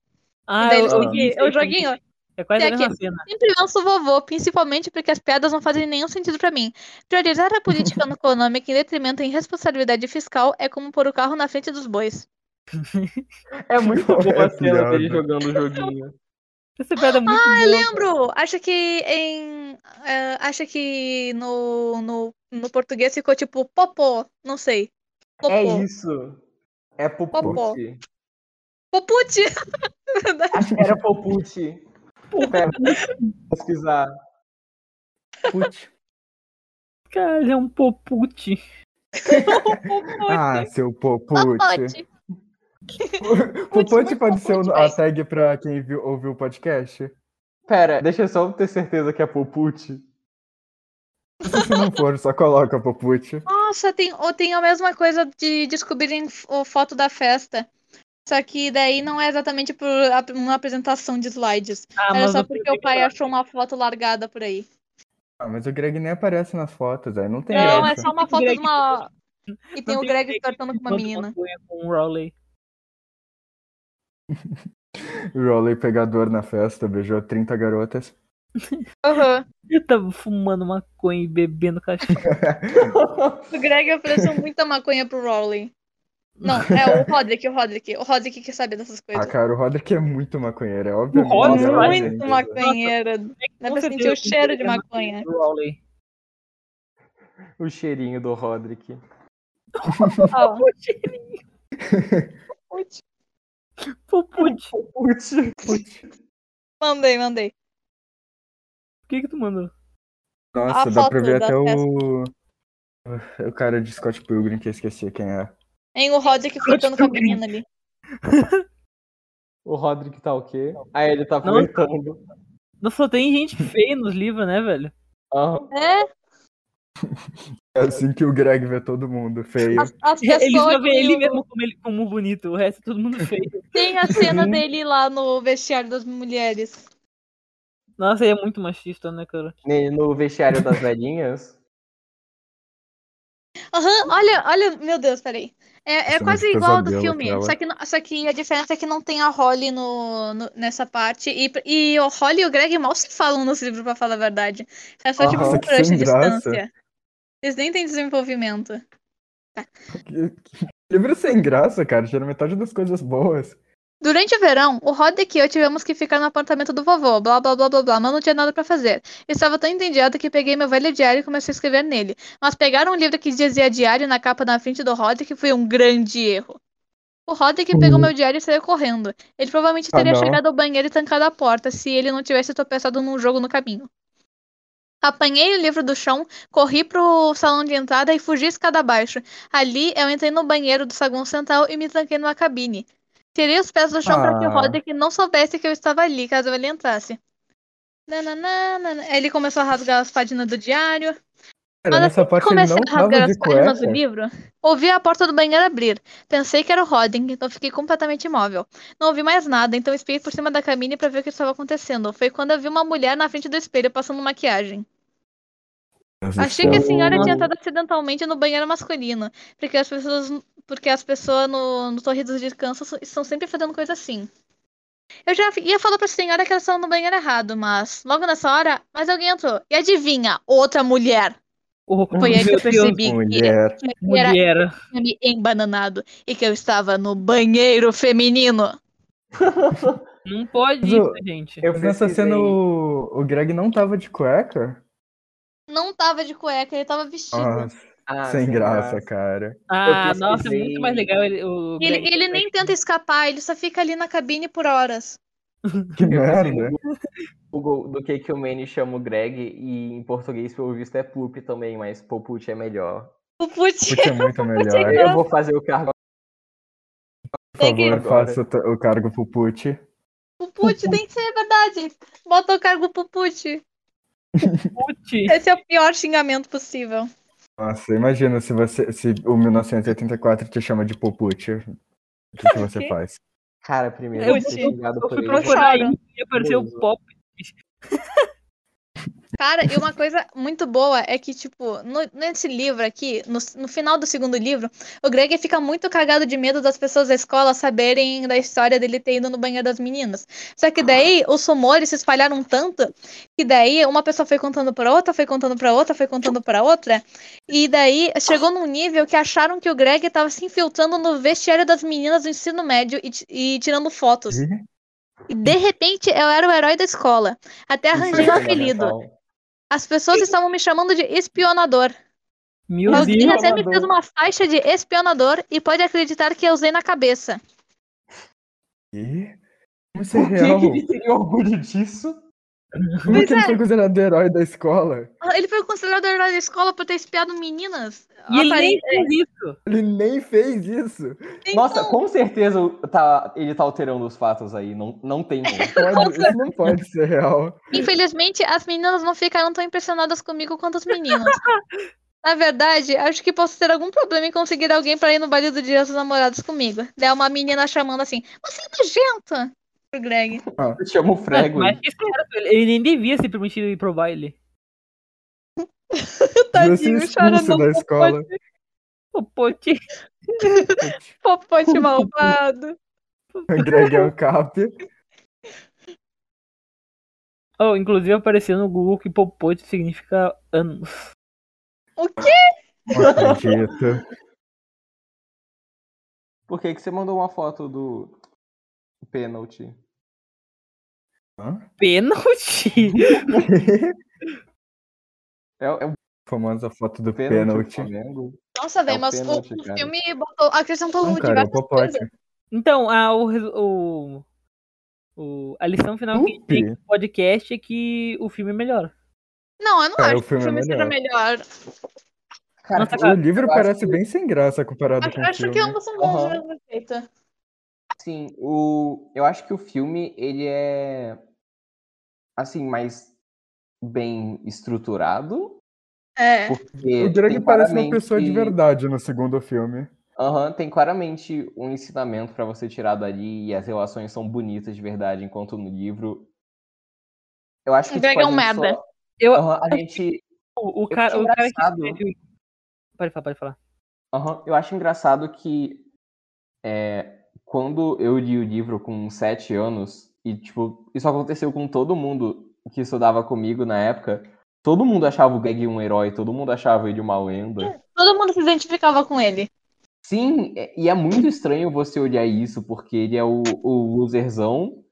Speaker 2: Ah,
Speaker 1: daí
Speaker 2: eu,
Speaker 1: eles
Speaker 2: eu,
Speaker 1: têm que-
Speaker 2: sei
Speaker 1: é o joguinho.
Speaker 2: É quase
Speaker 1: Tem
Speaker 2: a mesma
Speaker 1: aqui.
Speaker 2: cena.
Speaker 1: Sempre lanço o vovô, principalmente porque as piadas não fazem nenhum sentido pra mim. Priorizar a política econômica em detrimento em responsabilidade fiscal é como pôr o carro na frente dos bois.
Speaker 3: É muito boa a cena dele
Speaker 4: Correto.
Speaker 3: jogando o joguinho.
Speaker 2: Essa piada é
Speaker 1: Ah,
Speaker 2: muito boa.
Speaker 1: Lembro! Acho que em. eh, acho que no, no, no português ficou tipo popô, não sei. Popô.
Speaker 3: É isso. É Popute.
Speaker 1: Popó. Popute!
Speaker 3: Acho que era Popute. Pera, pesquisar.
Speaker 4: Putz.
Speaker 2: Cara, ele é um popute.
Speaker 4: Ah, seu popute.
Speaker 6: Popote.
Speaker 4: Popote pode
Speaker 6: muito
Speaker 4: ser
Speaker 6: popute,
Speaker 4: o- a
Speaker 6: velho.
Speaker 4: tag pra quem viu, ouviu o podcast?
Speaker 3: Pera, deixa eu só ter certeza que é Popute.
Speaker 4: Se não for, só coloca Popute.
Speaker 1: Nossa, tem, ou tem a mesma coisa de descobrirem f- o foto da festa. Só que daí não é exatamente por ap- uma apresentação de slides.
Speaker 2: Ah,
Speaker 1: Era
Speaker 2: mas
Speaker 1: só
Speaker 2: eu
Speaker 1: é porque
Speaker 2: fui
Speaker 1: o pai
Speaker 2: ignorar.
Speaker 1: achou uma foto largada por aí.
Speaker 4: Ah, mas o Greg nem aparece nas fotos, aí não tem
Speaker 1: Não, é
Speaker 4: graça.
Speaker 1: só uma foto de
Speaker 2: Greg
Speaker 1: uma. E tem
Speaker 2: Não
Speaker 1: o
Speaker 2: tem
Speaker 1: Greg
Speaker 2: Greg
Speaker 1: cortando com uma
Speaker 2: Manda
Speaker 1: menina.
Speaker 2: maconha Com o Rowley.
Speaker 4: O Rowley pegador na festa, beijou 30 garotas.
Speaker 1: Aham.
Speaker 2: Eu tava tá fumando maconha e bebendo cachorro.
Speaker 1: O Greg ofereceu muita maconha pro Rowley. Não, é o Roderick, o Roderick. O Roderick quer saber dessas
Speaker 4: Ah,
Speaker 1: coisas.
Speaker 4: cara, o Roderick é muito maconheiro, é óbvio.
Speaker 2: Roderick
Speaker 1: Muito
Speaker 2: é
Speaker 1: muito maconheira. Dá pra sentir o cheiro de maconha.
Speaker 2: Rowley.
Speaker 3: O cheirinho do Roderick.
Speaker 1: Ó,
Speaker 2: O cheirinho. Popute. O
Speaker 3: Popute.
Speaker 1: mandei, mandei.
Speaker 2: que que tu mandou?
Speaker 4: Nossa,
Speaker 1: A
Speaker 4: dá pra
Speaker 1: foto
Speaker 4: ver
Speaker 1: da
Speaker 4: até o... O cara de Scott Pilgrim, que eu esqueci quem é.
Speaker 1: Hein, o Roderick cortando com a menina ali.
Speaker 3: O Roderick tá o quê? Ah, ele tá
Speaker 2: Não.
Speaker 3: flertando.
Speaker 2: Não só tem gente feia nos livros, né, velho?
Speaker 3: Aham.
Speaker 1: É,
Speaker 4: É assim que o Greg vê todo mundo, feio.
Speaker 1: as, as
Speaker 2: Ele É só
Speaker 1: pessoas
Speaker 2: vê ele
Speaker 1: que
Speaker 2: mesmo como, ele, como bonito, o resto é todo mundo feio.
Speaker 1: tem a cena
Speaker 4: Uhum.
Speaker 1: dele lá no vestiário das mulheres.
Speaker 2: Nossa, ele é muito machista, né, cara?
Speaker 3: Ne- No vestiário das velhinhas.
Speaker 1: Aham, olha, olha, meu Deus, peraí. É, é
Speaker 4: Cena de
Speaker 1: quase igual ao do
Speaker 4: pesadelo
Speaker 1: filme,
Speaker 4: aquela.
Speaker 1: só que, não- só que a diferença é que não tem a Holly no, no- nessa parte. E, e o Holly e o Greg mal se falam nos livros, pra falar a verdade. É só tipo
Speaker 4: Ah, Nossa,
Speaker 1: um
Speaker 4: que
Speaker 1: crush à
Speaker 4: sem graça.
Speaker 1: distância. Eles nem têm desenvolvimento.
Speaker 4: Livro sem graça, cara, tira metade das coisas boas.
Speaker 1: Durante o verão, o Roderick e eu tivemos que ficar no apartamento do vovô, blá blá blá blá blá, mas não tinha nada pra fazer. Estava tão entediado que peguei meu velho diário e comecei a escrever nele. Mas pegar um livro que dizia diário na capa na frente do Roderick foi um grande erro. O Roderick pegou meu diário e saiu correndo. Ele provavelmente
Speaker 4: Uhum. Ah,
Speaker 1: teria
Speaker 4: não.
Speaker 1: chegado ao banheiro e trancado a porta se ele não tivesse tropeçado num jogo no caminho. Apanhei o livro do chão, corri pro salão de entrada e fugi escada abaixo. Ali eu entrei no banheiro do saguão central e me tranquei numa cabine. Tirei os pés do chão pra que o
Speaker 4: Ah.
Speaker 1: Roderick não soubesse que eu estava ali, caso ele entrasse. Nananã, nananã. Aí Ele começou a rasgar as páginas do diário. Mas
Speaker 4: Cara, nessa
Speaker 1: assim que
Speaker 4: parte ele
Speaker 1: comecei
Speaker 4: não
Speaker 1: a rasgar
Speaker 4: tava de
Speaker 1: as páginas do
Speaker 4: cueca.
Speaker 1: livro, ouvi a porta do banheiro abrir. Pensei que era o Rodden, então fiquei completamente imóvel. Não ouvi mais nada, então espiei por cima da cabine pra ver o que estava acontecendo. Foi quando eu vi uma mulher na frente do espelho passando maquiagem. Achei que a senhora tinha entrado acidentalmente no banheiro masculino, porque as pessoas, porque as pessoas no, no Torre do Descanso so- estão sempre fazendo coisa assim. Eu já fi- ia falar pra senhora que elas estavam no banheiro errado, mas logo nessa hora, mais alguém entrou. E adivinha? Outra mulher.
Speaker 2: Oh,
Speaker 1: Foi aí que eu
Speaker 2: meu Deus,
Speaker 1: percebi que
Speaker 4: Mulher.
Speaker 1: que era
Speaker 2: Mulher.
Speaker 1: tinha me embananado e que eu estava no banheiro feminino.
Speaker 2: Não pode
Speaker 4: Mas
Speaker 2: isso,
Speaker 4: o-
Speaker 2: gente.
Speaker 1: é
Speaker 3: Eu
Speaker 4: Mas nessa
Speaker 3: pesquisei.
Speaker 4: cena o, o Greg não tava de cueca?
Speaker 1: Não tava de cueca, ele tava vestido.
Speaker 4: Nossa,
Speaker 3: Ah,
Speaker 4: sem graça, cara.
Speaker 2: Ah,
Speaker 3: eu
Speaker 2: nossa, é
Speaker 3: pesquisei.
Speaker 2: muito mais legal ele. O
Speaker 1: E ele,
Speaker 2: Greg
Speaker 1: ele nem tenta escapar, ele só fica ali na cabine por horas.
Speaker 4: Que
Speaker 3: Eu pensei no
Speaker 4: merda.
Speaker 3: Google do que, que o Manny chama o Greg e em português, pelo visto, é Pup também, mas Popute é melhor.
Speaker 1: O Putin.
Speaker 4: Putz, é muito melhor.
Speaker 1: Nossa.
Speaker 3: Eu vou fazer o cargo.
Speaker 4: Por favor,
Speaker 3: Peguei.
Speaker 4: faça o t- o cargo pro Put.
Speaker 1: Pupute tem que ser verdade. Bota o cargo Pupute.
Speaker 2: Pucci.
Speaker 1: Esse é o pior xingamento possível.
Speaker 4: Nossa, imagina se você se o 1984 te chama de Poput. O que, que você
Speaker 1: Ok.
Speaker 4: faz?
Speaker 3: Cara, primeiro,
Speaker 1: Eu
Speaker 3: eu fui
Speaker 1: fui-
Speaker 3: xingado
Speaker 2: Eu
Speaker 3: por
Speaker 2: fui
Speaker 3: ele.
Speaker 2: procurar
Speaker 1: Choro.
Speaker 2: isso e apareceu
Speaker 3: Beleza.
Speaker 2: o pop.
Speaker 1: Cara, e uma coisa muito boa é que, tipo, no- nesse livro aqui, no, no final do segundo livro, o Greg fica muito cagado de medo das pessoas da escola saberem da história dele ter ido no banheiro das meninas. Só que daí os rumores se espalharam tanto que daí uma pessoa foi contando pra outra, foi contando pra outra, foi contando pra outra. E daí chegou num nível que acharam que o Greg tava se infiltrando no vestiário das meninas do ensino médio e ti- e tirando fotos.
Speaker 4: Ih.
Speaker 1: E de repente eu era o herói da escola. Até
Speaker 3: é
Speaker 1: arranjei um apelido. As pessoas estavam me chamando de espionador.
Speaker 2: Meu
Speaker 1: Alguém
Speaker 2: Deus.
Speaker 1: até me fez uma faixa de espionador e pode acreditar que eu usei na cabeça.
Speaker 4: E Como isso é
Speaker 3: Por que, que
Speaker 4: real?
Speaker 3: ele teria orgulho disso?
Speaker 4: Como
Speaker 1: Pois
Speaker 4: que ele
Speaker 1: é.
Speaker 4: foi considerado herói da escola?
Speaker 1: Ah, Ele foi considerado herói da escola por ter espiado meninas.
Speaker 2: E ele nem
Speaker 1: Aparente-
Speaker 2: fez isso.
Speaker 4: Ele nem fez isso.
Speaker 3: Nossa,
Speaker 1: Então-
Speaker 3: com certeza tá, ele tá alterando os fatos aí. Não, não tem como.
Speaker 4: Pode- isso não pode ser real.
Speaker 1: Infelizmente, as meninas não ficaram tão impressionadas comigo quanto os meninos. Na verdade, acho que posso ter algum problema em conseguir alguém pra ir no baile do dia dos namorados comigo. Daí uma menina chamando assim, você é nojenta! Pro Greg.
Speaker 3: Chama o frego.
Speaker 2: Mas que certo, ele- ele nem devia se permitir ir pro baile.
Speaker 4: Devia ser expulso é da escola.
Speaker 2: Ô, pote.
Speaker 1: Popote malvado.
Speaker 4: Greg é o cap.
Speaker 2: Oh, inclusive apareceu no Google que popote significa anos.
Speaker 1: O quê?
Speaker 4: Não acredito.
Speaker 3: Por que, que você mandou uma foto do pênalti?
Speaker 4: Hã?
Speaker 2: Pênalti?
Speaker 3: É, é o
Speaker 4: Famosa foto do
Speaker 3: pênalti, né? do
Speaker 4: pênalti.
Speaker 3: Flamengo?
Speaker 1: Nossa, velho,
Speaker 3: É o
Speaker 1: mas o,
Speaker 3: pênalti,
Speaker 1: o
Speaker 3: cara.
Speaker 1: filme botou, acrescentou
Speaker 4: Não, cara, é o
Speaker 1: diversas coisas.
Speaker 4: popote.
Speaker 2: Então, a, o, resu- o, o- a lição final que a gente
Speaker 4: Upi.
Speaker 2: tem do podcast é que o filme é melhor.
Speaker 1: Não, eu não
Speaker 4: Cara,
Speaker 1: acho
Speaker 4: o
Speaker 1: que o
Speaker 4: filme
Speaker 1: filme
Speaker 4: é
Speaker 1: seja melhor.
Speaker 3: Cara,
Speaker 2: Nossa,
Speaker 4: O livro
Speaker 3: Eu acho
Speaker 4: parece bem sem graça comparado
Speaker 1: Acho,
Speaker 4: com o
Speaker 1: acho
Speaker 4: filme.
Speaker 1: que é um ambos são bons do
Speaker 3: Aham.
Speaker 1: mesmo jeito.
Speaker 3: Sim, assim, o... eu acho que o filme, ele é, assim, mais bem estruturado,
Speaker 1: É.
Speaker 3: porque
Speaker 4: O Greg
Speaker 3: tem
Speaker 4: parece uma pessoa de
Speaker 3: claramente-
Speaker 4: verdade no segundo filme.
Speaker 3: Aham, tem claramente um ensinamento pra você tirar dali, e as relações são bonitas de verdade, enquanto no livro... Eu acho que,
Speaker 1: O Greg
Speaker 3: tipo, a
Speaker 1: é um
Speaker 3: gente
Speaker 1: merda.
Speaker 3: só-
Speaker 2: Eu,
Speaker 3: Aham, a gente...
Speaker 2: o, o
Speaker 3: eu
Speaker 2: cara,
Speaker 3: acho
Speaker 2: o cara que
Speaker 3: engraçado.
Speaker 2: escreveu... Pode falar, pode falar.
Speaker 3: Aham, Eu acho engraçado que é, quando eu li o livro com sete anos, e tipo, isso aconteceu com todo mundo que estudava comigo na época, todo mundo achava o Greg um herói, todo mundo achava ele uma lenda.
Speaker 1: Todo mundo se identificava com ele.
Speaker 3: Sim, é- e é muito estranho você olhar isso, porque ele é o, o loserzão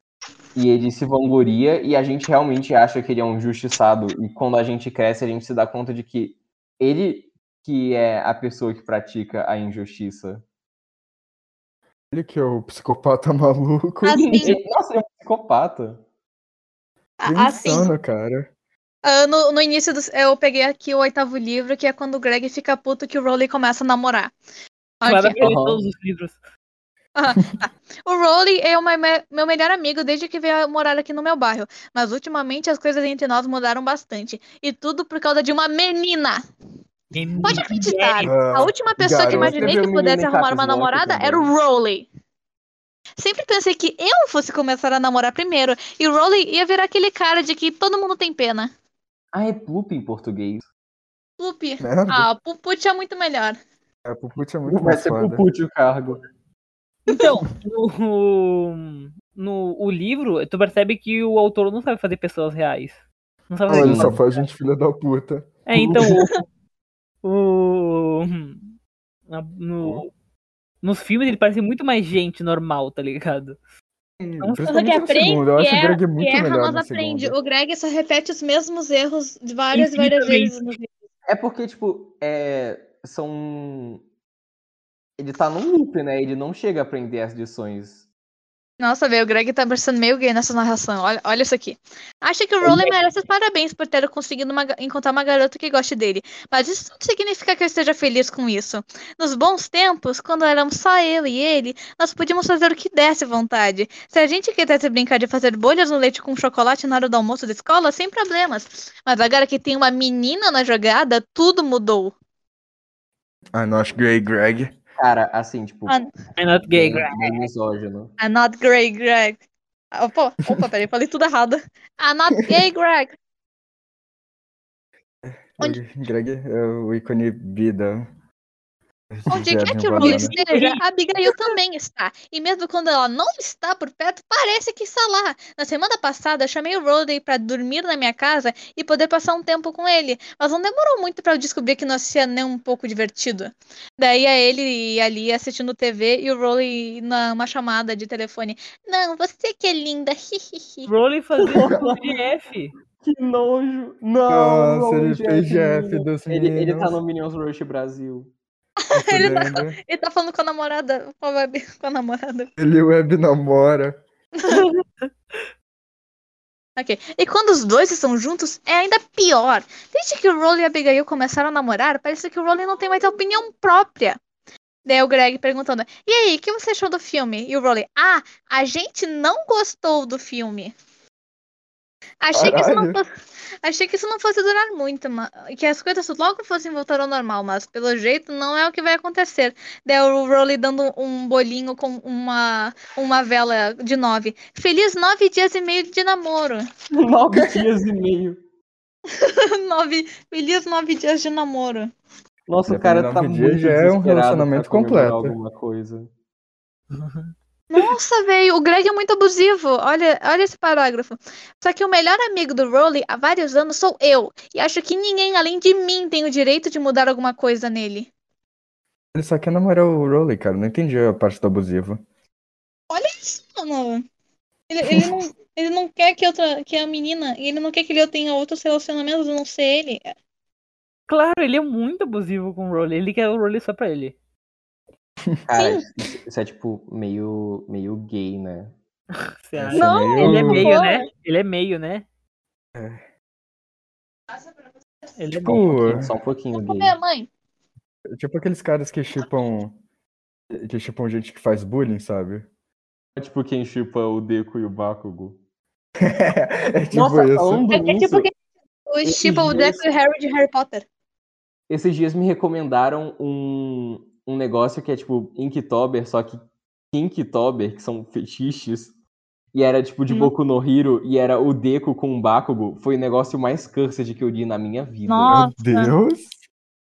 Speaker 3: e ele se vangloria, e a gente realmente acha que ele é um justiçado, e quando a gente cresce, a gente se dá conta de que ele que é a pessoa que pratica a injustiça.
Speaker 4: Ele que é o psicopata maluco.
Speaker 1: Assim,
Speaker 3: Ele- Nossa, ele é um psicopata.
Speaker 1: a- assim,
Speaker 4: Insano, cara.
Speaker 1: Ah, no, no início do, eu peguei aqui o oitavo livro, que é quando o Greg fica puto que o Rowley começa a namorar. Ok.
Speaker 2: Claro que ele
Speaker 3: Aham.
Speaker 2: todos os livros.
Speaker 1: O Rowley é o meu me- meu melhor amigo desde que veio morar aqui no meu bairro, mas ultimamente as coisas entre nós mudaram bastante. E tudo por causa de uma menina! Pode acreditar! A
Speaker 4: Ah,
Speaker 1: última pessoa que
Speaker 4: garoto.
Speaker 1: imaginei que
Speaker 3: Escreveu
Speaker 1: pudesse
Speaker 3: menina em
Speaker 1: arrumar
Speaker 3: caps
Speaker 1: uma
Speaker 3: lock
Speaker 1: namorada
Speaker 3: também.
Speaker 1: era o Rowley. Sempre pensei que eu fosse começar a namorar primeiro, e o Rowley ia virar aquele cara de que todo mundo tem pena.
Speaker 3: Ah, é Plup em português.
Speaker 1: Pupi.
Speaker 4: merda.
Speaker 1: Ah, o Puput é muito melhor.
Speaker 4: É, o Puput é muito
Speaker 3: Não vai
Speaker 4: mais
Speaker 3: ser
Speaker 4: foda.
Speaker 3: Pupute o cargo.
Speaker 2: Então, no, no o livro, tu percebe que o autor não sabe fazer pessoas reais. Não sabe
Speaker 4: Não,
Speaker 2: fazer
Speaker 4: ele
Speaker 2: isso.
Speaker 4: só faz gente filha da puta.
Speaker 2: É, então, o... o na- no, nos filmes ele parece muito mais gente normal, tá ligado?
Speaker 4: Principalmente no segundo. Eu acho
Speaker 1: é-
Speaker 4: o Greg muito melhor no segundo.
Speaker 1: O Greg só repete os mesmos erros de várias e
Speaker 2: várias e
Speaker 1: várias
Speaker 2: várias Infinitamente.
Speaker 1: vezes
Speaker 2: vezes
Speaker 1: no
Speaker 2: no
Speaker 3: É porque, tipo, é... são. Ele tá num loop, né? Ele não chega a aprender as lições.
Speaker 1: Nossa, velho, o Greg tá parecendo meio gay nessa narração. Olha, olha isso aqui. Acha que o Rowley merece os parabéns por ter conseguido uma ga- encontrar uma garota que goste dele. Mas isso não significa que eu esteja feliz com isso. Nos bons tempos, quando éramos só eu e ele, nós podíamos fazer o que desse vontade. Se a gente quisesse brincar de fazer bolhas no leite com chocolate na hora do almoço da escola, sem problemas. Mas agora que tem uma menina na jogada, tudo mudou.
Speaker 4: Ah, não, acho gay Greg.
Speaker 3: Cara, assim, tipo.
Speaker 1: Ah,
Speaker 2: I'm É not gay,
Speaker 3: bem-
Speaker 2: Greg.
Speaker 3: bem misógino.
Speaker 1: I'm not gay, Greg. Ah, Opa, opa, peraí, falei tudo errado. I'm not gay, Greg. Onde-
Speaker 4: Greg é o ícone bida.
Speaker 1: Onde quer que o Rui
Speaker 2: Rowley Banana.
Speaker 4: né?
Speaker 1: esteja, a Abigail também está. E mesmo quando ela não está por perto, parece que está lá. Na semana passada, chamei o Rodney para dormir na minha casa e poder passar um tempo com ele. Mas não demorou muito para eu descobrir que não ia nem um pouco divertido. Daí é ele ali assistindo TV e o Rowley numa chamada de telefone. Não, você que é linda. hihihi.
Speaker 2: Broly fazendo o GF.
Speaker 3: Que nojo! Não!
Speaker 4: Nossa, Ah, ele
Speaker 3: longe,
Speaker 1: é
Speaker 4: fez Jeff
Speaker 3: menino.
Speaker 4: dos
Speaker 3: Ele, ele tá
Speaker 4: meninos.
Speaker 3: no Minions Rush Brasil.
Speaker 1: Ele tá-
Speaker 4: Fudendo.
Speaker 1: Ele tá falando com a namorada, com a, com a namorada.
Speaker 4: Ele web namora.
Speaker 1: Ok. E quando os dois estão juntos, é ainda pior. Desde que o Rowley e a Abigail começaram a namorar, parece que o Rowley não tem mais opinião própria. Daí o Greg perguntando: E aí, o que você achou do filme? E o Rowley: Ah, a gente não gostou do filme. Achei que, isso não fosse, achei que isso não fosse durar muito, ma- que as coisas logo fossem voltar ao normal, mas pelo jeito não é o que vai acontecer. Daí o Rowley dando um bolinho com uma, uma vela de nove. Feliz nove dias e meio de namoro.
Speaker 3: Nove dias e meio.
Speaker 1: nove, feliz nove dias de namoro.
Speaker 3: Nossa, o
Speaker 4: Deve
Speaker 3: cara
Speaker 4: nove
Speaker 3: tá
Speaker 4: dias
Speaker 3: muito
Speaker 4: já é um
Speaker 3: desesperado pra
Speaker 4: relacionamento
Speaker 3: comemorar
Speaker 4: completo.
Speaker 3: Alguma coisa.
Speaker 1: Nossa, velho, o Greg é muito abusivo. Olha, olha esse parágrafo. Só que o melhor amigo do Rowley há vários anos sou eu. E acho que ninguém além de mim tem o direito de mudar alguma coisa nele.
Speaker 4: Ele só quer namorar o Rowley, cara. Não entendi a parte do abusivo.
Speaker 1: Mano, ele, ele não, ele não quer que, outra, que a menina, ele não quer que ele tenha outros relacionamentos a não ser ele.
Speaker 2: Claro, ele é muito abusivo com o Rowley. Ele quer o Rowley só pra ele.
Speaker 3: Cara, isso é tipo meio, meio gay, né?
Speaker 2: Você acha?
Speaker 4: Isso
Speaker 1: Não,
Speaker 4: meio-
Speaker 2: Ele é meio,
Speaker 1: Pô.
Speaker 2: né? Ele é meio, né? Ele é
Speaker 4: Tipo,
Speaker 2: meio.
Speaker 3: Só um pouquinho
Speaker 1: Tipo,
Speaker 3: gay.
Speaker 1: minha mãe.
Speaker 4: tipo aqueles caras que chipam. Que chipam gente que faz bullying, sabe?
Speaker 3: É tipo quem chupa o Deku e o Bakugo.
Speaker 4: É tipo
Speaker 3: Nossa,
Speaker 4: isso.
Speaker 3: falando
Speaker 1: É, é
Speaker 3: nisso,
Speaker 1: tipo que o
Speaker 3: Esses
Speaker 1: tipo o
Speaker 3: dois-
Speaker 1: Deco e o Harry de Harry Potter.
Speaker 3: esses dias me recomendaram um, um negócio que é tipo Inktober, só que Inktober, que são fetiches, e era tipo de
Speaker 1: Hum.
Speaker 3: Boku no Hiro, e era o Deku com o Bakugo. Foi o negócio mais cursed que eu li na minha vida.
Speaker 1: Nossa.
Speaker 4: Meu Deus!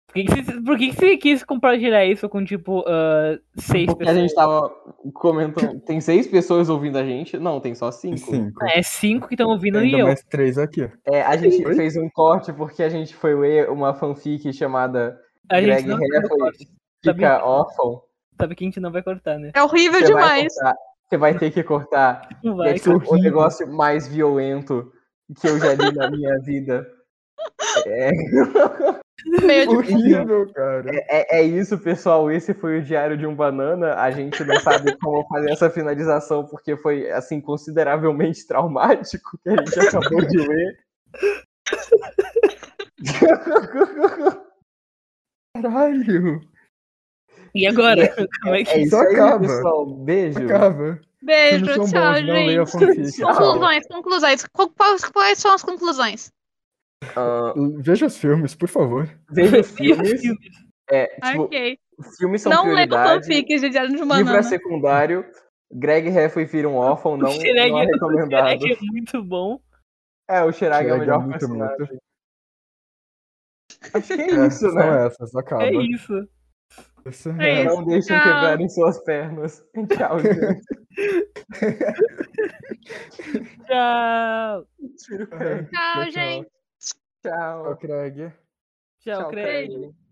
Speaker 2: Por que, que você, por que que você quis compartilhar isso com, tipo, ah, seis
Speaker 3: Porque a
Speaker 2: pessoas?
Speaker 3: gente tava comentando. Tem seis pessoas ouvindo a gente? Não, tem só cinco.
Speaker 4: Cinco.
Speaker 2: É cinco que estão ouvindo e
Speaker 4: Ainda
Speaker 2: eu.
Speaker 4: mais três aqui.
Speaker 3: É, a gente
Speaker 4: Oi?
Speaker 3: fez um corte porque a gente foi ler uma fanfic chamada
Speaker 2: A gente
Speaker 3: Greg
Speaker 2: não
Speaker 3: Hathaway
Speaker 2: Sabia?
Speaker 3: Fica Órfão.
Speaker 2: sabe que a gente não vai cortar, né?
Speaker 1: É horrível
Speaker 3: Você vai,
Speaker 1: demais.
Speaker 3: cortar, você vai ter que cortar.
Speaker 2: Não
Speaker 3: E é
Speaker 2: vai.
Speaker 3: tipo,
Speaker 4: horrível.
Speaker 3: o negócio mais violento que eu já li na minha vida. É,
Speaker 1: Meio de
Speaker 4: Horrível, cara.
Speaker 3: é, é isso, pessoal. Esse foi o Diário de um Banana. A gente não sabe como fazer essa finalização, porque foi, assim, consideravelmente traumático que a gente acabou de ler.
Speaker 4: Caralho.
Speaker 2: E agora? Como é que...
Speaker 3: É isso
Speaker 4: Só
Speaker 3: aí,
Speaker 4: acaba.
Speaker 3: pessoal. Beijo.
Speaker 4: Acaba.
Speaker 2: um
Speaker 1: Beijo,
Speaker 4: Filmes são bons,
Speaker 1: tchau,
Speaker 4: não leia
Speaker 1: gente.
Speaker 4: fanfic.
Speaker 3: Tchau.
Speaker 1: Conclusões, conclusões. Qu- Quais, quais são as conclusões?
Speaker 3: Ah,
Speaker 4: Veja os filmes, por favor.
Speaker 3: veja os
Speaker 2: é
Speaker 3: filmes. É, tipo,
Speaker 1: Ok.
Speaker 3: filmes são
Speaker 1: Não leiam
Speaker 3: prioridade.
Speaker 1: fanfics de Diário de
Speaker 3: Livro é
Speaker 1: Banana.
Speaker 3: secundário. Greg Heffley vira um órfão, não,
Speaker 2: O Shrek-
Speaker 3: não é recomendado.
Speaker 2: Shrek é muito bom.
Speaker 3: É, o Chirag é o
Speaker 4: Chega
Speaker 3: melhor
Speaker 4: muito,
Speaker 3: personagem.
Speaker 4: muito.
Speaker 3: Acho que é
Speaker 4: É,
Speaker 3: isso,
Speaker 4: são
Speaker 3: né?
Speaker 4: essas, acaba.
Speaker 2: É isso.
Speaker 4: Isso,
Speaker 1: É isso.
Speaker 3: Não deixem
Speaker 1: Tchau.
Speaker 3: quebrarem suas pernas. Tchau, gente.
Speaker 2: Tchau.
Speaker 3: Tiro o pé.
Speaker 4: É.
Speaker 1: Tchau,
Speaker 4: Tchau,
Speaker 1: gente.
Speaker 3: Tchau.
Speaker 4: Tchau, Craig.
Speaker 2: Tchau,
Speaker 3: Tchau,
Speaker 2: Craig.
Speaker 3: Craig.